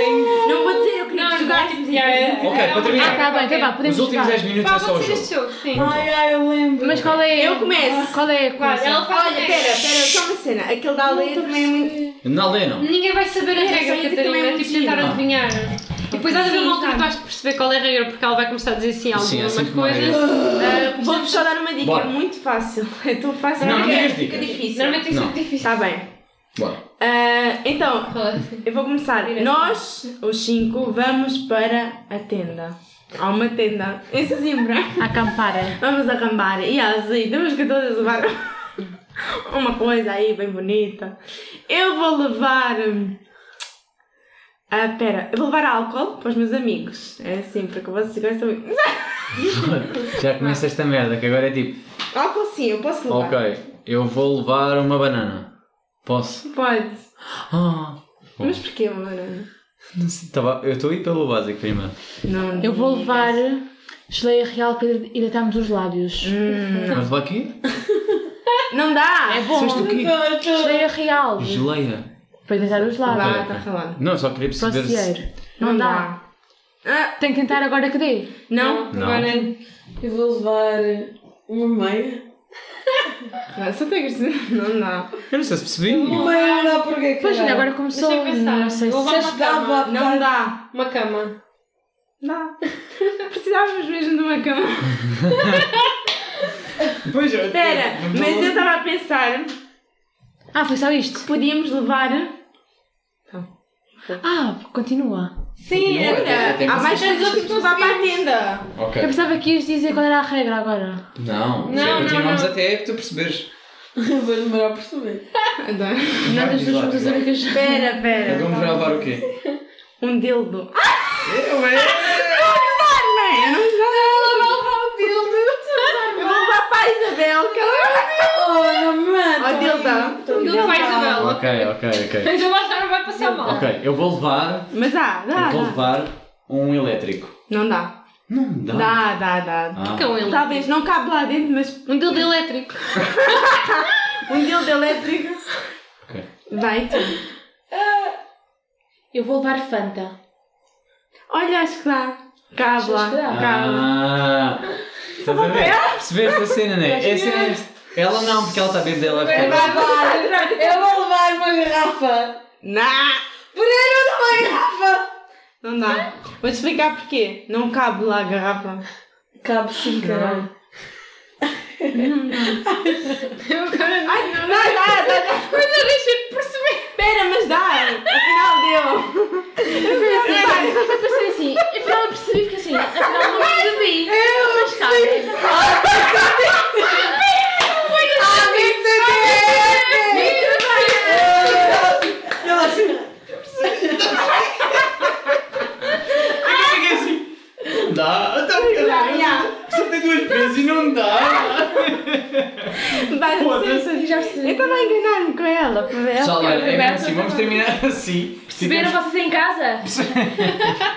dizer, eu queria
Não,
jogar. tipo assim.
não, já é.
Ok, para
Ah,
terminar.
tá bem, tá bem. Podemos
Os últimos
jogar.
10 minutos
Pá,
é só o
pode ser
jogo.
este jogo, sim.
Ai, ai, eu lembro.
Mas qual é?
Eu começo.
Qual é a
Claro,
coisa?
ela faz a
Olha,
regra.
pera, pera, só uma cena. Aquele da lei também é muito.
Não lê, não.
Ninguém vai saber a
Essa
regra,
aí também
Catarina.
é
É
muito
tipo tentar
gira.
adivinhar.
Ah,
E depois há de haver uma altura que tu vais perceber qual é a regra, porque ela vai começar a dizer sim
Sim, é
algumas
sempre uma
coisas. Ah,
Vou-vos só dar uma dica,
Bora.
é muito fácil. <laughs> É tão fácil.
Não, não
que é-
digas
fica
dicas.
difícil.
Normalmente é
Não.
sempre difícil.
Está bem.
Bora. <laughs>
Ah, então,
Fala.
eu vou começar. Nós, os cinco, vamos para a tenda. Há uma tenda em Sesimbra.
Acampar. é.
Vamos acambar. E assim, temos que todos levar uma coisa aí bem bonita. Eu vou levar. hum, Ah, pera, eu vou levar álcool para os meus amigos. É assim, porque vocês gostam muito.
Já começa esta merda, que agora é tipo.
Álcool sim, eu posso levar.
Ok, eu vou levar uma banana. Posso?
Pode.
Ah,
Mas porquê, uma banana?
não sei, tava- eu estou a ir pelo básico primeiro.
Não.
Eu vou
digas.
levar geleia real para hidratarmos os lábios.
Mas levar aqui?
Não dá!
É bom.
Disseste o quê?
Geleia real.
Geleia.
Para hidratar os lábios.
tá falando.
Não, só queria perceber se.
Passeiro. Não dá.
Ah,
Tem que tentar agora que dê.
não?
Não.
Agora.
Eu vou levar uma meia.
Não, só tenho que dizer. <laughs> Não dá.
Eu não sei se percebi.
Uma meia não dá porque
Pois ainda
caralho.
agora começou.
Deixa eu pensar.
Não sei
Vou
se.
levar-
Já
Ah,
estava a
Não dá.
Uma cama.
Dá. <laughs> Precisávamos mesmo de uma cama.
Pois eu.
Espera, mas eu estava a pensar
Ah, foi só isto.
podíamos levar.
Ah, continua.
Sim,
Não, até- até
ainda. Há mais
vocês-
coisas que temos levar para a tenda.
Eu
Ok.
pensava que ias dizer qual era a regra agora.
Não, é
Não, não,
continuamos
não.
até que tu perceberes.
Vou demorar a
<laughs>
perceber.
Nós
Vai,
as duas
diz lá,
somos as
diz lá.
únicas.
Espera,
Então
espera.
vamos já levar o quê?
Um dildo. Ah,
Eu, é?
não, não, não, Eu vou levar para a Isabel, que ela
Oh, mano.
Ó, dildão.
Aquilo vai Isabela.
Ok, ok, ok.
Mas eu acho que ela vai passar mal.
Ok, eu vou levar.
Mas dá, dá.
Eu vou
dá.
levar um elétrico.
Não dá.
Não dá.
Dá, dá, dá.
Que é
Ah,
um ele?
Talvez não cabe lá dentro, mas
Um dildo elétrico.
<laughs> um dildo elétrico.
ok.
Vai tu.
Eu vou levar Fanta.
Olha, acho que dá. Cabe lá.
Acho que dá.
Cabe.
Ah, estás a ver? Percebeste a cena, não é? É a cena deste- Ela não, porque ela está bêbada, ela
Eu vou
fica.
levar- eu vou levar uma garrafa.
Não!
Por eu não uma garrafa.
Não dá. Vou te explicar porquê. Não cabe lá a garrafa.
Cabe sim, caralho.
Ai, não, não dá, dá, dá. Quando eu deixei de perceber. Espera, mas dá. Afinal deu.
Eu percebi assim. Afinal, eu percebi porque assim. Afinal, não percebi. Eu, mas né? calma.
Ela assim.
assim. Não tá dá, está bêbada. Só tem duas vezes e não dá.
Vai,
Foda-se.
licença. Eu estava a enganar-me com ela. para ver.
Pessoal, olha, é mesmo
Roberto,
assim, vamos terminar <laughs> assim.
Viram
Ficamos-
vocês em casa?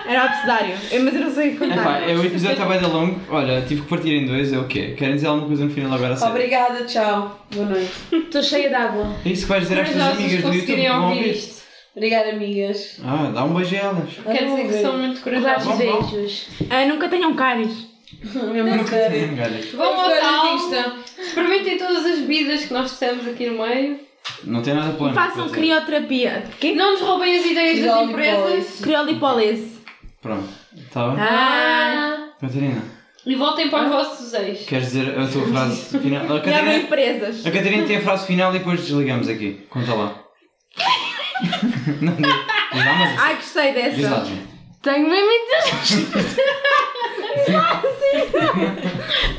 Era obsedário. Eu- Mas eu não sei
Epá,
contar.
é, o episódio está bem longo. Olha, tive que partir em dois, é o quê? Querem dizer alguma coisa no final agora a sério?
Obrigada, tchau. Boa noite.
Estou cheia de água.
É isso que vais dizer às
Mas
tuas
elas
amigas do YouTube que
conseguirem
vão
ouvir
ouvir.
isto.
Obrigada, amigas.
Ah, dá um beijo a elas.
Quer
Vamos
dizer que
ver.
são muito
Dados
corajosas.
e beijos.
Ah, nunca tenham cáries.
Mesmo sério.
Vão ao
Vamos ver
tal,
artista.
experimentem todas as bebidas que nós temos aqui no meio.
Não tem nada plano.
Façam crioterapia. Quê?
Não nos roubem as ideias das
Jolly
empresas.
boys.
Criolipólise.
Pronto, está bem?
Ah.
Catarina,
E voltem para os vossos ex.
queres dizer a tua
<laughs>
frase final? A
E abrem
Catarina,
empresas.
a Catarina tem a frase final e depois desligamos aqui.
<laughs>
Conta lá. Não, diz diz lá, mas.
Ai, gostei
Diz lá,
dessa.
João.
Tenho
<laughs>
bem muitas.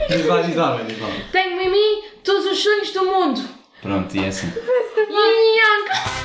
Diz lá, diz lá, diz lá.
Tenho em mim todos os sonhos do mundo.
Pronto, e é assim.
Yin Yang.